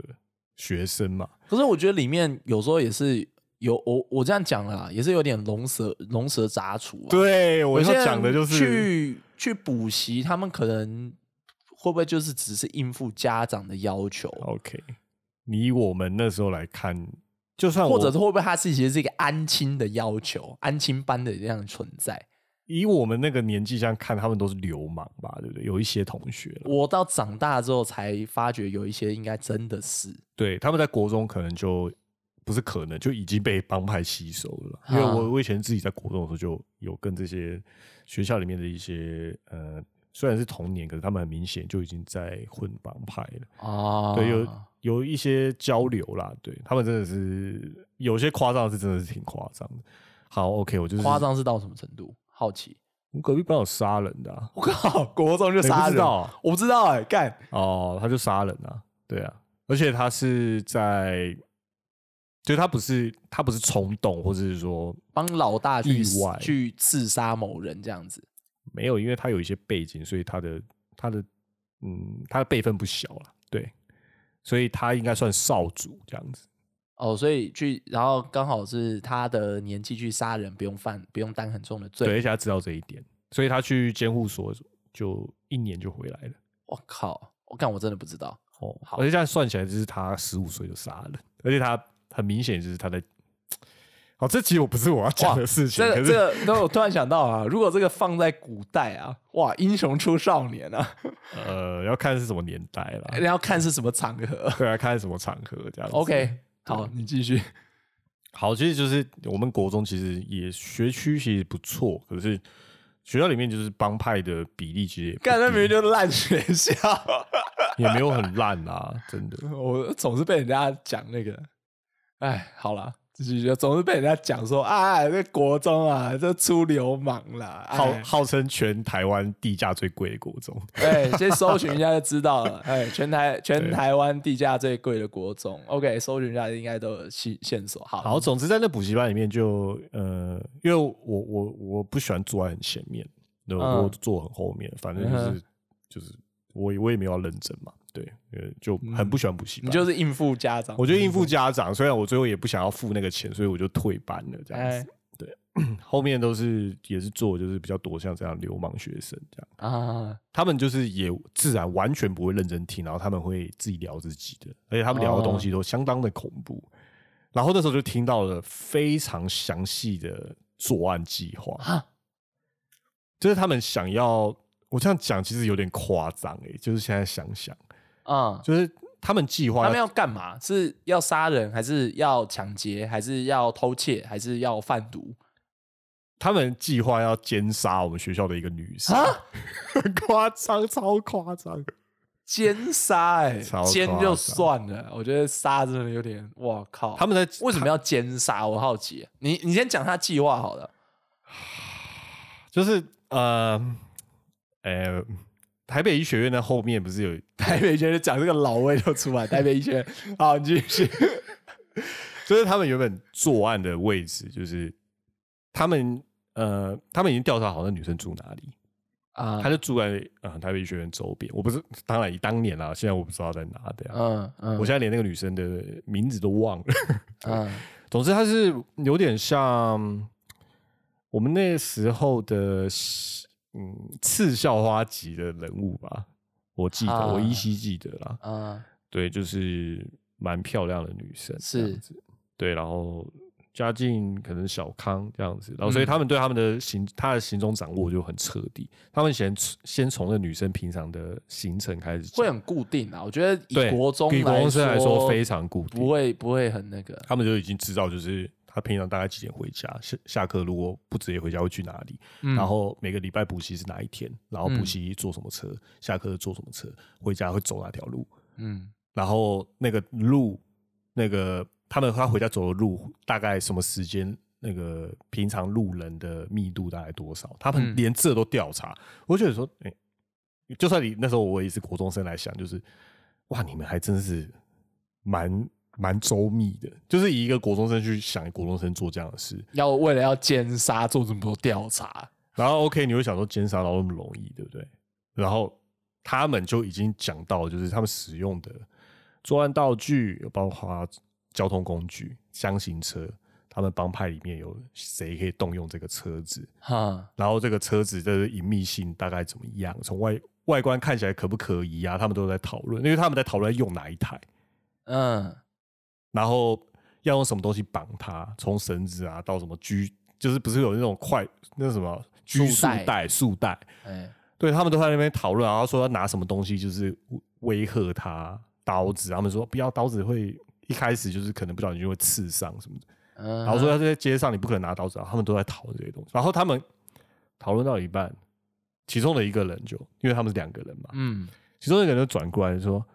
S2: 学生嘛？
S1: 可是我觉得里面有时候也是有我我这样讲啦，也是有点龙蛇龙蛇杂处啊。
S2: 对，我
S1: 有些
S2: 要
S1: 人
S2: 讲的就是，
S1: 去去补习，他们可能会不会就是只是应付家长的要求，
S2: OK，你以我们那时候来看，就算
S1: 或
S2: 我
S1: 者是会不会他是其实是一个安亲的要求，安亲班的这样的存在。
S2: 以我们那个年纪这样看，他们都是流氓吧，对不对？有一些同学啦，
S1: 我到长大之后才发觉，有一些应该真的是
S2: 对，他们在国中可能就不是可能就已经被帮派吸收了啦，因为
S1: 啊
S2: 我我以前自己在国中的时候就有跟这些学校里面的一些呃，虽然是同年，可是他们很明显就已经在混帮派了，
S1: 啊，
S2: 对，有有一些交流啦，对他们真的是有些夸张是真的是挺夸张的。好，OK，我就是
S1: 夸，张是到什么程度？好奇，
S2: 我隔壁班有杀人的、啊，
S1: 我靠， (laughs) 国中就
S2: 你
S1: 杀
S2: 不知
S1: 人，
S2: 道啊
S1: 我不知道哎、干
S2: 哦，他就杀人啊，对啊，而且他是在，就他不是他不是冲动，或者是说
S1: 帮老大去
S2: 意外
S1: 去刺杀某人这样子，
S2: 没有，因为他有一些背景，所以他的他的嗯他的辈分不小了，对，所以他应该算少主这样子，
S1: 哦，所以去，然后刚好是他的年纪去杀人，不用犯，不用担很重的
S2: 对，而
S1: 罪。
S2: 且他知道这一点，所以他去监护所就一年就回来了。
S1: 我靠，我干，我真的不知道。
S2: 哦，而且这样算起来，就是他十五岁就杀人，而且他很明显就是 (laughs) 他在。哦，这其实我不是我要讲的事情，
S1: 这
S2: 可
S1: 个
S2: 是
S1: 这个，那我突然想到啊，如果这个放在古代啊，哇，英雄出少年啊，
S2: 呃，要看是什么年代啦，
S1: 要看是什么场 (laughs) 合。
S2: 对啊，看什么场合这样子。
S1: OK，好，你继续。
S2: 好，其实就是我们国中其实也学区其实不错，可是学校里面就是帮派的比例其实也不
S1: 干，那明明
S2: 低
S1: 就是烂学校，
S2: 也没有很烂啦，真的。
S1: (laughs) 我总是被人家讲那个，哎，好啦，继续，总是被人家讲说啊，这国中啊，这出流氓啦，哎
S2: 号号称全台湾地价最贵的国中，
S1: 哎，先搜寻一下就知道了。 (laughs) 哎，全台全台湾地价最贵的国中，OK，搜寻一下应该都有线线索。好，
S2: 好，总之在那补习班里面就呃，因为我我我不喜欢坐在很前面，对，
S1: 嗯
S2: 我坐很后面，反正就是、就是我也我也没有要认真嘛，对，呃，就很不喜欢补习
S1: 嗯
S2: 班。
S1: 你就是应付家长。
S2: 我就应付家长，虽然我最后也不想要付那个钱，所以我就退班了。这样
S1: 哎
S2: 子，后面都是也是做就是比较多像这样流氓学生这样，
S1: 啊，
S2: 他们就是也自然完全不会认真听，然后他们会自己聊自己的，而且他们聊的东西都相当的恐怖。然后那时候就听到了非常详细的作案计划
S1: 啊，
S2: 就是他们想要我这样讲其实有点夸张诶，就是现在想想，
S1: 嗯，
S2: 就是他们计划
S1: 他们要干嘛？是要杀人，还是要抢劫，还是要偷窃，还是要贩毒？
S2: 他们计划要奸杀我们学校的一个女生
S1: 啊，
S2: 很 (laughs) 夸张，超夸张。
S1: 奸杀、欸，
S2: 超
S1: 哎，奸
S2: 夸
S1: 就
S2: 张
S1: 算了，我觉得杀真的有点，哇靠！
S2: 他们在
S1: 哦为什么要奸杀？我好奇。你你先讲他计划好了。
S2: 就是呃呃，台北医学院的后面不是有 (laughs)
S1: 台北医学院讲这个老味就 (laughs) 出来，台北医学院，好，你继续。
S2: 就是他们原本作案的位置，就是他们呃，他们已经调查好那女生住哪里，
S1: 啊
S2: 她就住在呃台北医学院周边。我不是，当然以当年啦，现在我不知道在哪的、啊。
S1: 嗯嗯，
S2: 我现在连那个女生的名字都忘了。
S1: 嗯
S2: 总之，它是有点像我们那时候的嗯次校花级的人物吧，我记得，
S1: 啊
S2: 我依稀记得啦。
S1: 嗯
S2: 对，就是蛮漂亮的女生，
S1: 是
S2: 这样子。对，然后家境可能小康这样子，然后
S1: 嗯
S2: 所以他们对他们的行，他的行踪掌握就很彻底。他们先先从那女生平常的行程开始讲，
S1: 会很固定啊。我觉得以
S2: 对
S1: 国中
S2: 以国中生来
S1: 说
S2: 说非常固定
S1: 不会不会很那个。
S2: 他们就已经知道，就是他平常大概几点回家，下下课如果不直接回家会去哪里，
S1: 嗯
S2: 然后每个礼拜补习是哪一天，然后补
S1: 嗯
S2: 习坐什么车，下课坐什么车，回家会走哪条路，
S1: 嗯
S2: 然后那个路，那个他们他回家走的路大概什么时间，那个平常路人的密度大概多少，他们
S1: 嗯
S2: 连这都调查。我就觉得说，哎、就算你那时候我也是国中生来想，就是哇，你们还真是蛮蛮周密的，就是以一个国中生去想国中生做这样的事。
S1: 要为了要奸杀做这么多调查，
S2: 然后 OK，你会想说奸杀到那么容易，对不对？然后他们就已经讲到，就是他们使用的作案道具，包括交通工具、箱型车，他们帮派里面有谁可以动用这个车子，
S1: 哈，
S2: 然后这个车子的隐秘性大概怎么样，从外外观看起来可不可疑啊？他们都在讨论，因为他们在讨论用哪一台，
S1: 嗯
S2: 然后要用什么东西绑它，从绳子啊到什么拘，就是不是有那种快那什么拘
S1: 束
S2: 束
S1: 带
S2: 带、束带。
S1: 哎
S2: 对他们都在那边讨论，然后说要拿什么东西，就是威吓他刀子。他们说不要刀子会一开始就是可能不小心就会刺伤什么的。
S1: 嗯，
S2: 然后说要在街上你不可能拿刀子，啊，他们都在讨论这些东西。然后他们讨论到一半，其中的一个人就因为他们是两个人嘛，
S1: 嗯
S2: 其中一个人就转过来说：“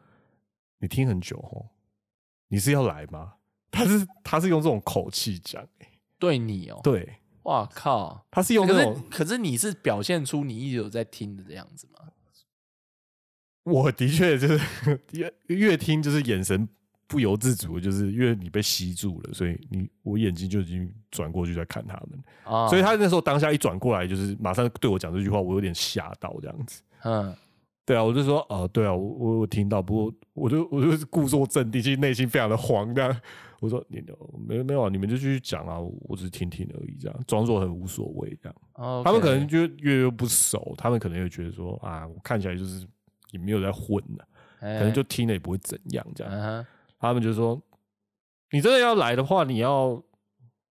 S2: 你听很久哦，你是要来吗？” (laughs) 他是他是用这种口气讲、欸
S1: 对你哦，
S2: 对，
S1: 哇靠！
S2: 他是用
S1: 可
S2: 那
S1: 是
S2: 种
S1: 可是你是表现出你一直有在听的这样子吗？
S2: 我的确就是 (laughs) 越越听就是眼神不由自主，就是因为你被吸住了，所以你我眼睛就已经转过去在看他们，
S1: 啊，
S2: 所以他那时候当下一转过来，就是马上对我讲这句话，我有点吓到这样子。
S1: 嗯
S2: 对啊，我就说哦、对啊，我我我听到，不过我就我就是故作镇定，其实内心非常的慌。这样我说你没有没有啊，你们就继续讲啊，我只是听听而已，这样装作很无所谓这样。
S1: 哦，OK，
S2: 他们可能就越来越不熟，他们可能也觉得说啊，我看起来就是也没有在混啊呢、
S1: 可
S2: 可能就听了也不会怎样这样。
S1: 哎嗯哼
S2: 他们就说：“你真的要来的话，你要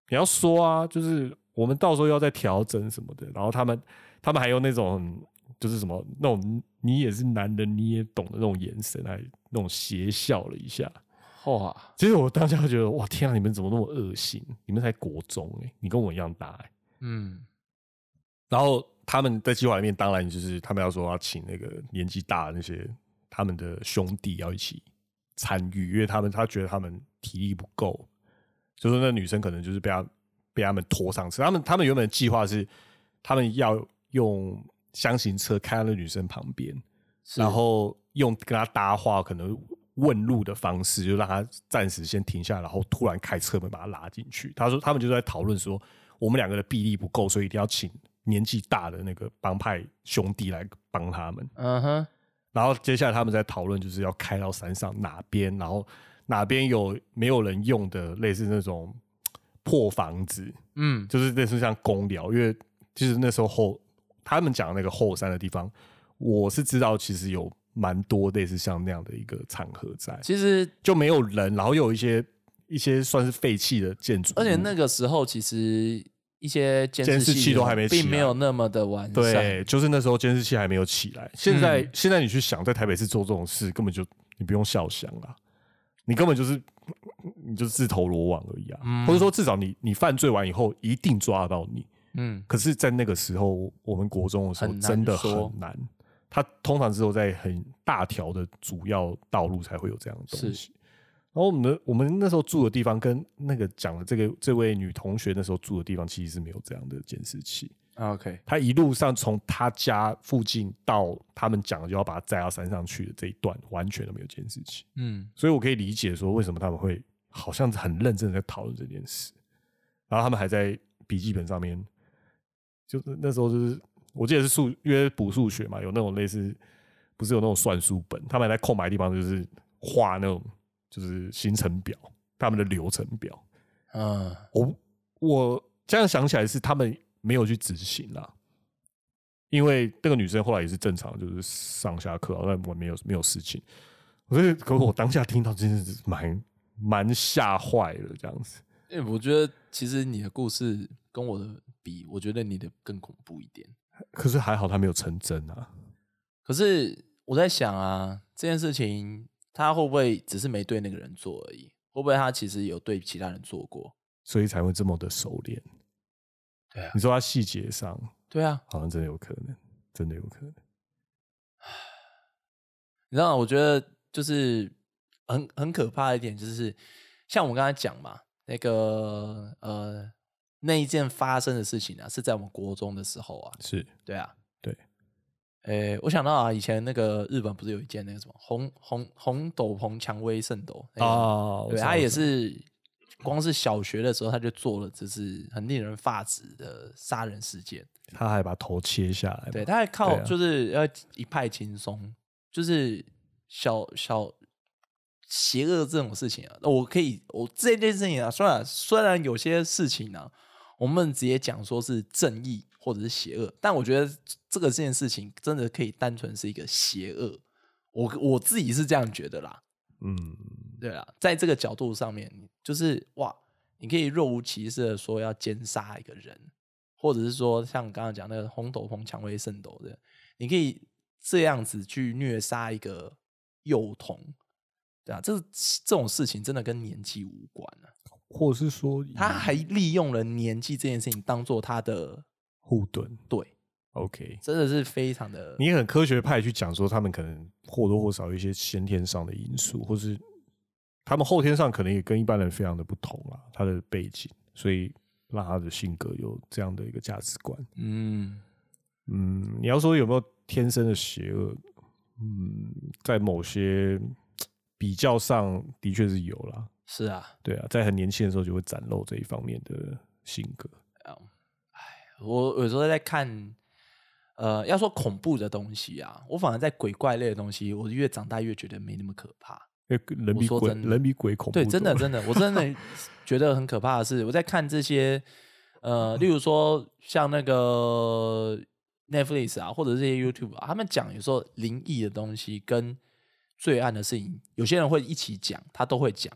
S2: 你要说啊，就是我们到时候要再调整什么的。”然后他们他们还用那种就是什么那种你也是男人你也懂的那种眼神，还那种邪笑了一下。
S1: 哇，
S2: 其实我当下就觉得哇天啊，你们怎么那么恶心？你们才国中哎、你跟我一样大哎、
S1: 嗯
S2: 然后他们在计划里面，当然就是他们要说要请那个年纪大的那些他们的兄弟要一起参与，因为他们他觉得他们体力不够，就是那女生可能就是被他被他们拖上车。他们他们原本的计划是他们要用箱型车开到那女生旁边，
S1: 是
S2: 然后用跟她搭话，可能问路的方式，就让她暂时先停下来，然后突然开车门把她拉进去。他说他们就在讨论说，我们两个的臂力不够，所以一定要请年纪大的那个帮派兄弟来帮他们。
S1: 嗯哼
S2: 然后接下来他们在讨论，就是要开到山上哪边，然后哪边有没有人用的类似那种破房子，
S1: 嗯，
S2: 就是类似像公寮，因为其实那时候后他们讲的那个后山的地方，我是知道其实有蛮多类似像那样的一个场合在，
S1: 其实
S2: 就没有人，然后又有一些一些算是废弃的建筑物，
S1: 而且那个时候其实一些监
S2: 监视
S1: 视
S2: 器都
S1: 统
S2: 还没起
S1: 并没
S2: 来
S1: 有那么的完善。
S2: 对，就是那时候监视器还没有起来。现
S1: 嗯
S2: 在、现在你去想，在台北市做这种事，根本就你不用笑想啊，你根本就是你就自投罗网而已啊。
S1: 嗯
S2: 或者说，至少你你犯罪完以后一定抓得到你。
S1: 嗯，
S2: 可是，在那个时候，我们国中的时候
S1: 很难
S2: 真的
S1: 说
S2: 很难。它通常只有在很大条的主要道路才会有这样的东
S1: 是
S2: 西。然后我们的我们那时候住的地方跟那个讲的这个这位女同学那时候住的地方其实是没有这样的监视器。
S1: 啊 OK，
S2: 他一路上从他家附近到他们讲就要把他载到山上去的这一段，完全都没有监视器，
S1: 嗯，
S2: 所以我可以理解说为什么他们会好像很认真的在讨论这件事，然后他们还在笔记本上面，就是那时候就是我记得是数因为补数学嘛，有那种类似不是有那种算术本，他们还在空白地方就是画那种就是行程表，他们的流程表，
S1: 嗯，
S2: 我我这样想起来是他们没有去执行啦，因为那个女生后来也是正常，就是上下课，但我没有没有事情。所以，可我当下听到真的是蛮蛮吓坏了，这样子。
S1: 因为我觉得其实你的故事跟我的比，我觉得你的更恐怖一点。
S2: 可是还好他没有成真啊，
S1: 可是我在想啊，这件事情他会不会只是没对那个人做而已？会不会他其实有对其他人做过？
S2: 所以才会这么的熟练。
S1: 对啊
S2: 你说他细节上
S1: 对啊，
S2: 好像真的有可能，真的有可能。
S1: 你知道，我觉得就是很很可怕的一点，就是像我刚才讲嘛，那个呃那一件发生的事情啊，是在我们国中的时候啊，
S2: 是
S1: 对啊，
S2: 对。
S1: 诶，我想到啊，以前那个日本不是有一件那个什么红红红斗篷蔷薇圣斗那个
S2: 啊，
S1: 对他也是，光是小学的时候他就做了，就是很令人发指的杀人事件。
S2: 他还把头切下来嘛，
S1: 对，他还靠
S2: 对啊
S1: 就是要一派轻松，就是小小邪恶这种事情啊，我可以我这件事情啊，虽然虽然有些事情呢、啊，我们直接讲说是正义或者是邪恶，但我觉得这个这件事情真的可以单纯是一个邪恶，我我自己是这样觉得啦。
S2: 嗯，
S1: 对啦，在这个角度上面，就是哇，你可以若无其事的说要奸杀一个人，或者是说像刚刚讲那个红斗篷蔷薇圣斗的，你可以这样子去虐杀一个幼童，对啊，这这种事情真的跟年纪无关啊。
S2: 或是说
S1: 他还利用了年纪这件事情当做他的
S2: 护盾
S1: 对，
S2: ，OK，
S1: 真的是非常的
S2: 你很科学派去讲说，他们可能或多或少有一些先天上的因素，或是他们后天上可能也跟一般人非常的不同啊，他的背景，所以让他的性格有这样的一个价值观。
S1: 嗯，
S2: 嗯，你要说有没有天生的邪恶？嗯，在某些比较上的确是有啦，
S1: 是啊，
S2: 对啊，在很年轻的时候就会展露这一方面的性格。
S1: 我有时候在看，呃，要说恐怖的东西啊，我反而在鬼怪类的东西，我越长大越觉得没那么可怕。
S2: 因为人比
S1: 我说
S2: 鬼，
S1: 真的
S2: 人比鬼恐怖多
S1: 对，
S2: 了。 (laughs)
S1: 真的真的，我真的觉得很可怕的是，我在看这些，呃，例如说像那个 Netflix 啊，或者这些 YouTube 啊，他们讲有时候灵异的东西跟罪案的事情，有些人会一起讲，他都会讲。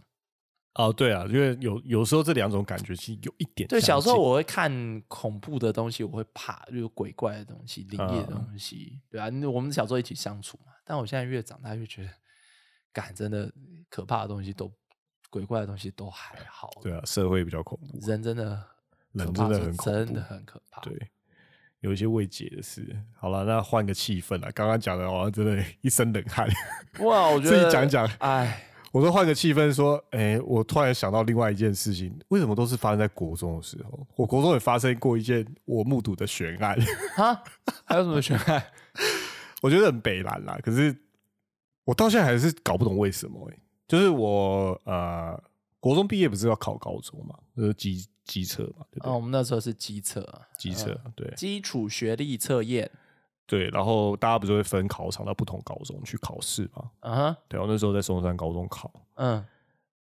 S2: 哦，对啊，因为有有时候这两种感觉其实有一点
S1: 对，小时候
S2: 相近
S1: 我会看恐怖的东西，我会怕，就是鬼怪的东西、灵异
S2: 嗯
S1: 的东西，对啊，那我们小时候一起相处嘛，但我现在越长大越觉得，感真的可怕的东西都，鬼怪的东西都还好，
S2: 对啊，社会比较恐怖，
S1: 人真的可
S2: 人真
S1: 怕
S2: 的
S1: 时候
S2: 很恐
S1: 真
S2: 怖
S1: 的很可怕，
S2: 对，有一些未解的事。好了，那换个气氛了。刚刚讲的，好像真的一身冷汗。
S1: 哇，我觉
S2: 自己
S1: 得
S2: 讲一讲
S1: 哎，
S2: 我说换个气氛，说，哎、我突然想到另外一件事情，为什么都是发生在国中的时候？我国中也发生过一件我目睹的悬案， (laughs)
S1: 哈，还有什么 (laughs) 悬案？
S2: 我觉得很北蓝啦。可是我到现在还是搞不懂为什么、欸。就是我呃，国中毕业不是要考高中嘛，就是机机测嘛，对不对？
S1: 哦，我们那时候是机测，
S2: 机测、
S1: 哦嗯
S2: 对。
S1: 基础学历测验，
S2: 对，然后大家不是会分考场到不同高中去考试嘛？
S1: 啊哈，
S2: 对，我那时候在松山高中考，
S1: 嗯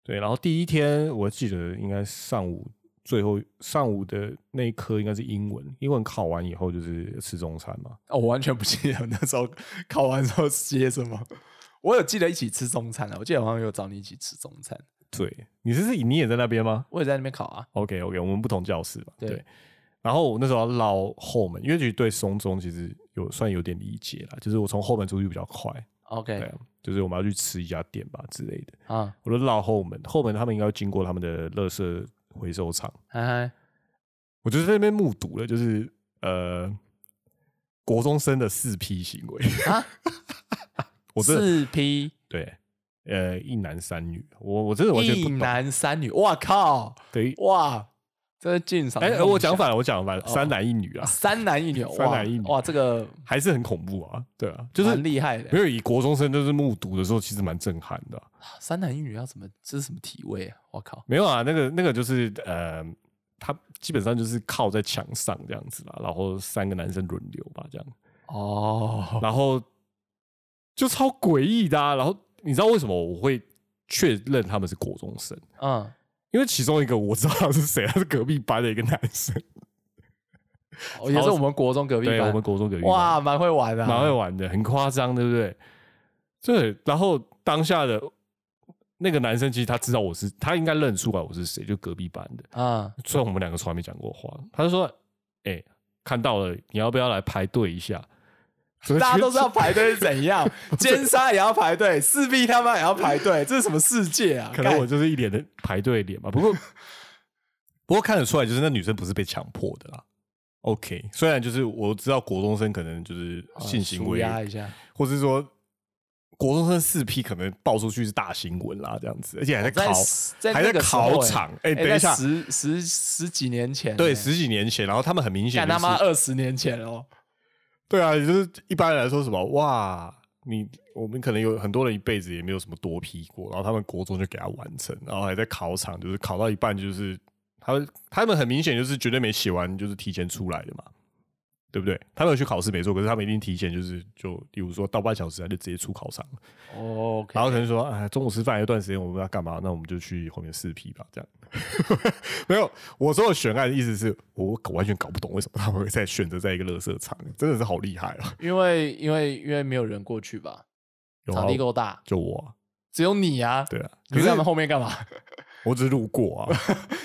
S2: 对，然后第一天我记得应该上午最后上午的那一科应该是英文，英文考完以后就是吃中餐嘛。
S1: 哦，我完全不记得那时候考完之后接什么。我有记得一起吃中餐啊，我记得我好像有找你一起吃中餐，
S2: 对，你是你也在那边吗
S1: 我也在那边考啊。
S2: ？OK OK，我们不同教室嘛。
S1: 对
S2: 对。然后我那时候要绕后门，因为其实对松中其实有算有点理解啦，就是我从后门出去比较快，对
S1: OK
S2: 啊，就是我们要去吃一家店吧之类的，
S1: 啊，
S2: 我就绕后门，后门他们应该要经过他们的垃圾回收厂，
S1: 嗨嗨，
S2: 我就在那边目睹了，就是呃，国中生的四 P 行为
S1: 啊
S2: (laughs) 我真的
S1: 四 P
S2: 对，呃，一男三女，我我真的完全
S1: 一
S2: 不懂。
S1: 男三女，哇靠，
S2: 对，
S1: 哇，这是进场。
S2: 哎、呃我讲反了，我讲反了，
S1: 哦
S2: 三男一女啊，
S1: 三男一女，
S2: (laughs) 三
S1: 哇
S2: 男一女
S1: 哇，这个
S2: 还是很恐怖啊。对啊，就是
S1: 蛮厉害的
S2: 没。有以国中生就是目睹的时候，其实蛮震撼的啊、
S1: 三男一女要怎么？这是什么体位啊？我
S2: (laughs)
S1: 靠！
S2: 没有啊，那个那个就是呃，他基本上就是靠在墙上这样子啦，然后三个男生轮流吧，这样。
S1: 哦，
S2: 然后就超诡异的、啊。然后你知道为什么我会确认他们是国中生？
S1: 嗯，
S2: 因为其中一个我知道他是谁，他是隔壁班的一个男生，
S1: 哦也是我们国中隔壁
S2: (laughs) 对，啊
S1: 班，
S2: 我们国中隔壁班，
S1: 哇，蛮会玩的啊，
S2: 蛮会玩的，很夸张，对不对？对，然后当下的那个男生其实他知道我是，他应该认出来我是谁，就隔壁班的。
S1: 啊
S2: 虽然我们两个从来没讲过话，他就说：“哎、看到了，你要不要来排队一下？”
S1: 大家都知道排队是怎样，尖沙也要排队，四 B 他妈也要排队，这是什么世界啊？
S2: 可能我
S1: 干
S2: 就是一脸的排队脸吧。不过， (laughs) 不过看得出来，就是那女生不是被强迫的啦。OK，虽然就是我知道国中生可能就是
S1: 啊
S2: 性行
S1: 舒
S2: 为，
S1: 压一下，
S2: 或是说国中生四 P 可能爆出去是大新闻啦，这样子，而且还在
S1: 在，
S2: 考
S1: 哦在
S2: 还
S1: 那
S2: 在
S1: 个时候
S2: 考
S1: 欸
S2: 场。哎、
S1: 哎，
S2: 等
S1: 在
S2: 一下，
S1: 十十十几年前欸，
S2: 对，十几年前，然后他们很明显、
S1: 干
S2: 就是，
S1: 他妈二十年前哦，
S2: 对啊，就是一般来说什么哇，你我们可能有很多人一辈子也没有什么多批过，然后他们国中就给他完成，然后还在考场，就是考到一半就是他们他们很明显就是绝对没写完，就是提前出来的嘛，对不对？他们有去考试没错，可是他们一定提前就是就比如说到半小时他就直接出考场了，
S1: 哦，OK，
S2: 然后可能说哎中午吃饭有一段时间我们不知道干嘛，那我们就去后面试批吧，这样 (laughs) 没有我说的悬案的意思是我完全搞不懂为什么他们会在选择在一个垃圾场，真的是好厉害啊！
S1: 因为因为因为没有人过去吧，
S2: 有啊
S1: 场地够大，
S2: 就我、啊，
S1: 只有你啊，
S2: 对啊，
S1: 你
S2: 可
S1: 在他们
S2: 是
S1: 后面干嘛？
S2: 我只是路
S1: (laughs)
S2: 过啊，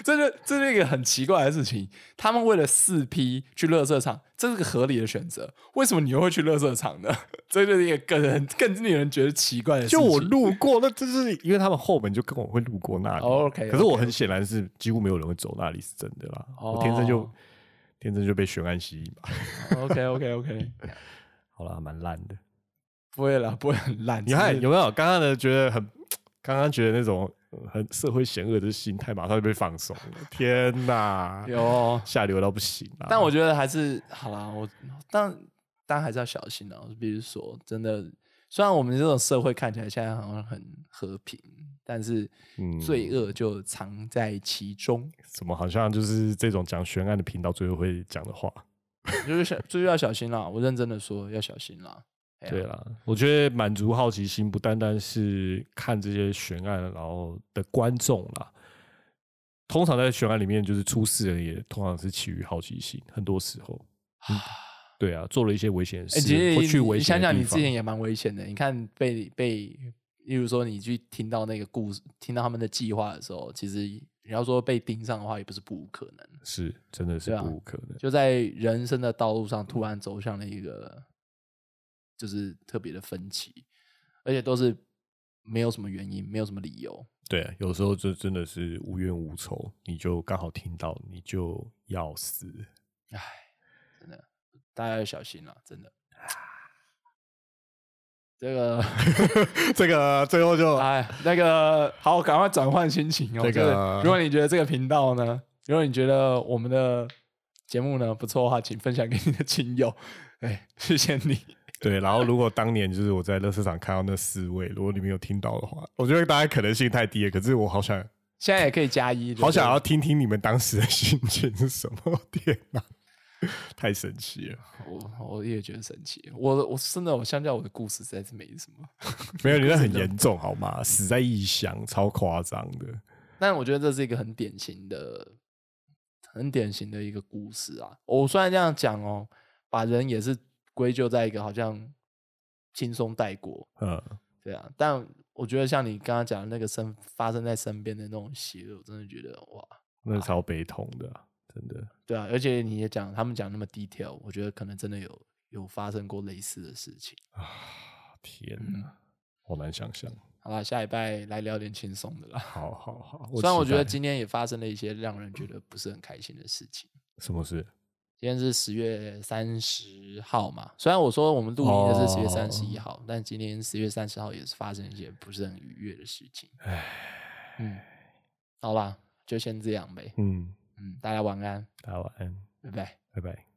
S1: 这就这是一个很奇怪的事情。他们为了四 P 去乐色场，这是个合理的选择。为什么你又会去乐色场呢？ (laughs) 这就是一个更人更令人觉得奇怪的事情。
S2: 就我路过，那就是因为他们后门就跟我会路过那里。
S1: 哦，OK，
S2: 可是我很显然是几乎没有人会走那里，是真的啦。
S1: 哦
S2: 我天生就天生就被悬案吸引吧。
S1: OK OK OK，
S2: 好啦，蛮烂的。
S1: (laughs) 不会啦，不会很烂。
S2: 你看
S1: 只是
S2: 有没有刚刚的觉得很，刚刚觉得那种呃很社会险恶的心态，马上就被放松了。天哪，
S1: 有
S2: (laughs)
S1: 哦，
S2: 下流到不行啊！
S1: 但我觉得还是好啦。我但但还是要小心啊。我必须说，真的，虽然我们这种社会看起来现在好像很和平，但是
S2: 嗯
S1: 罪恶就藏在其中。
S2: 怎么好像就是这种讲悬案的频道最后会讲的话。
S1: 就是小，就是要小心啦。我认真的说，要小心啦。哎呀
S2: 对啊啦，我觉得满足好奇心不单单是看这些悬案，然后的观众啦，通常在悬案里面就是出事的人也通常是起于好奇心，很多时候，嗯对啊，做了一些危险的
S1: 哎、
S2: 事，
S1: 其实
S2: 会去
S1: 你
S2: 危
S1: 你想
S2: 险的
S1: 想，
S2: 地
S1: 你之
S2: 方。
S1: 前也蛮危险的。你看被被，例如说你去听到那个故事，听到他们的计划的时候，其实你要说被盯上的话，也不是不可能。
S2: 是，真的是
S1: 对啊
S2: 不无可能。
S1: 就在人生的道路上，突然走向了一个就是特别的分歧，而且都是没有什么原因，没有什么理由。
S2: 对啊，有时候就真的是无冤无仇，你就刚好听到，你就要死。 (laughs)
S1: 大家要小心啦，真的。这个。
S2: 这个最后就
S1: 哎，那个好，赶快转换心情哦。
S2: 这个
S1: 就是如果你觉得这个频道呢，如果你觉得我们的节目呢不错的话，请分享给你的亲友。 (laughs) 哎，谢谢你。
S2: 对，然后如果当年就是我在乐市场看到那四位，如果你们有听到的话，我觉得大家可能性太低了。可是我好想
S1: 现在也可以加一，对不对
S2: (laughs) 好想要听听你们当时的心情是什么？天哪！太神奇了。
S1: 我我也觉得神奇。我我真的我相较我的故事实在是没什么，
S2: 没有，你那很严重好吗？死在异乡，超夸张的。
S1: 但我觉得这是一个很典型的、很典型的一个故事啊。我虽然这样讲哦，把人也是归咎在一个好像轻松带过，
S2: 嗯，
S1: 对啊。但我觉得像你刚刚讲的那个身发生在身边的那种邪恶，我真的觉得哇，
S2: 那超悲痛的啊、真的。
S1: 对啊。而且你也讲他们讲那么 detail，我觉得可能真的有有发生过类似的事情。
S2: 天
S1: 嗯
S2: 哪，好难想象。
S1: 好啦，下礼拜来聊点轻松的啦。
S2: 好好好，
S1: 虽然我
S2: 期
S1: 觉得
S2: 待
S1: 今天也发生了一些让人觉得不是很开心的事情。
S2: 什么事？
S1: 今天是十月三十号嘛，虽然我说我们录音的是十月三十
S2: 哦
S1: 一号，但今天十月三十号也是发生一些不是很愉悦的事情。嗯，好啦，就先这样呗。
S2: 嗯，
S1: 嗯，大家晚安，
S2: 大家晚安，
S1: 拜拜。
S2: 拜拜。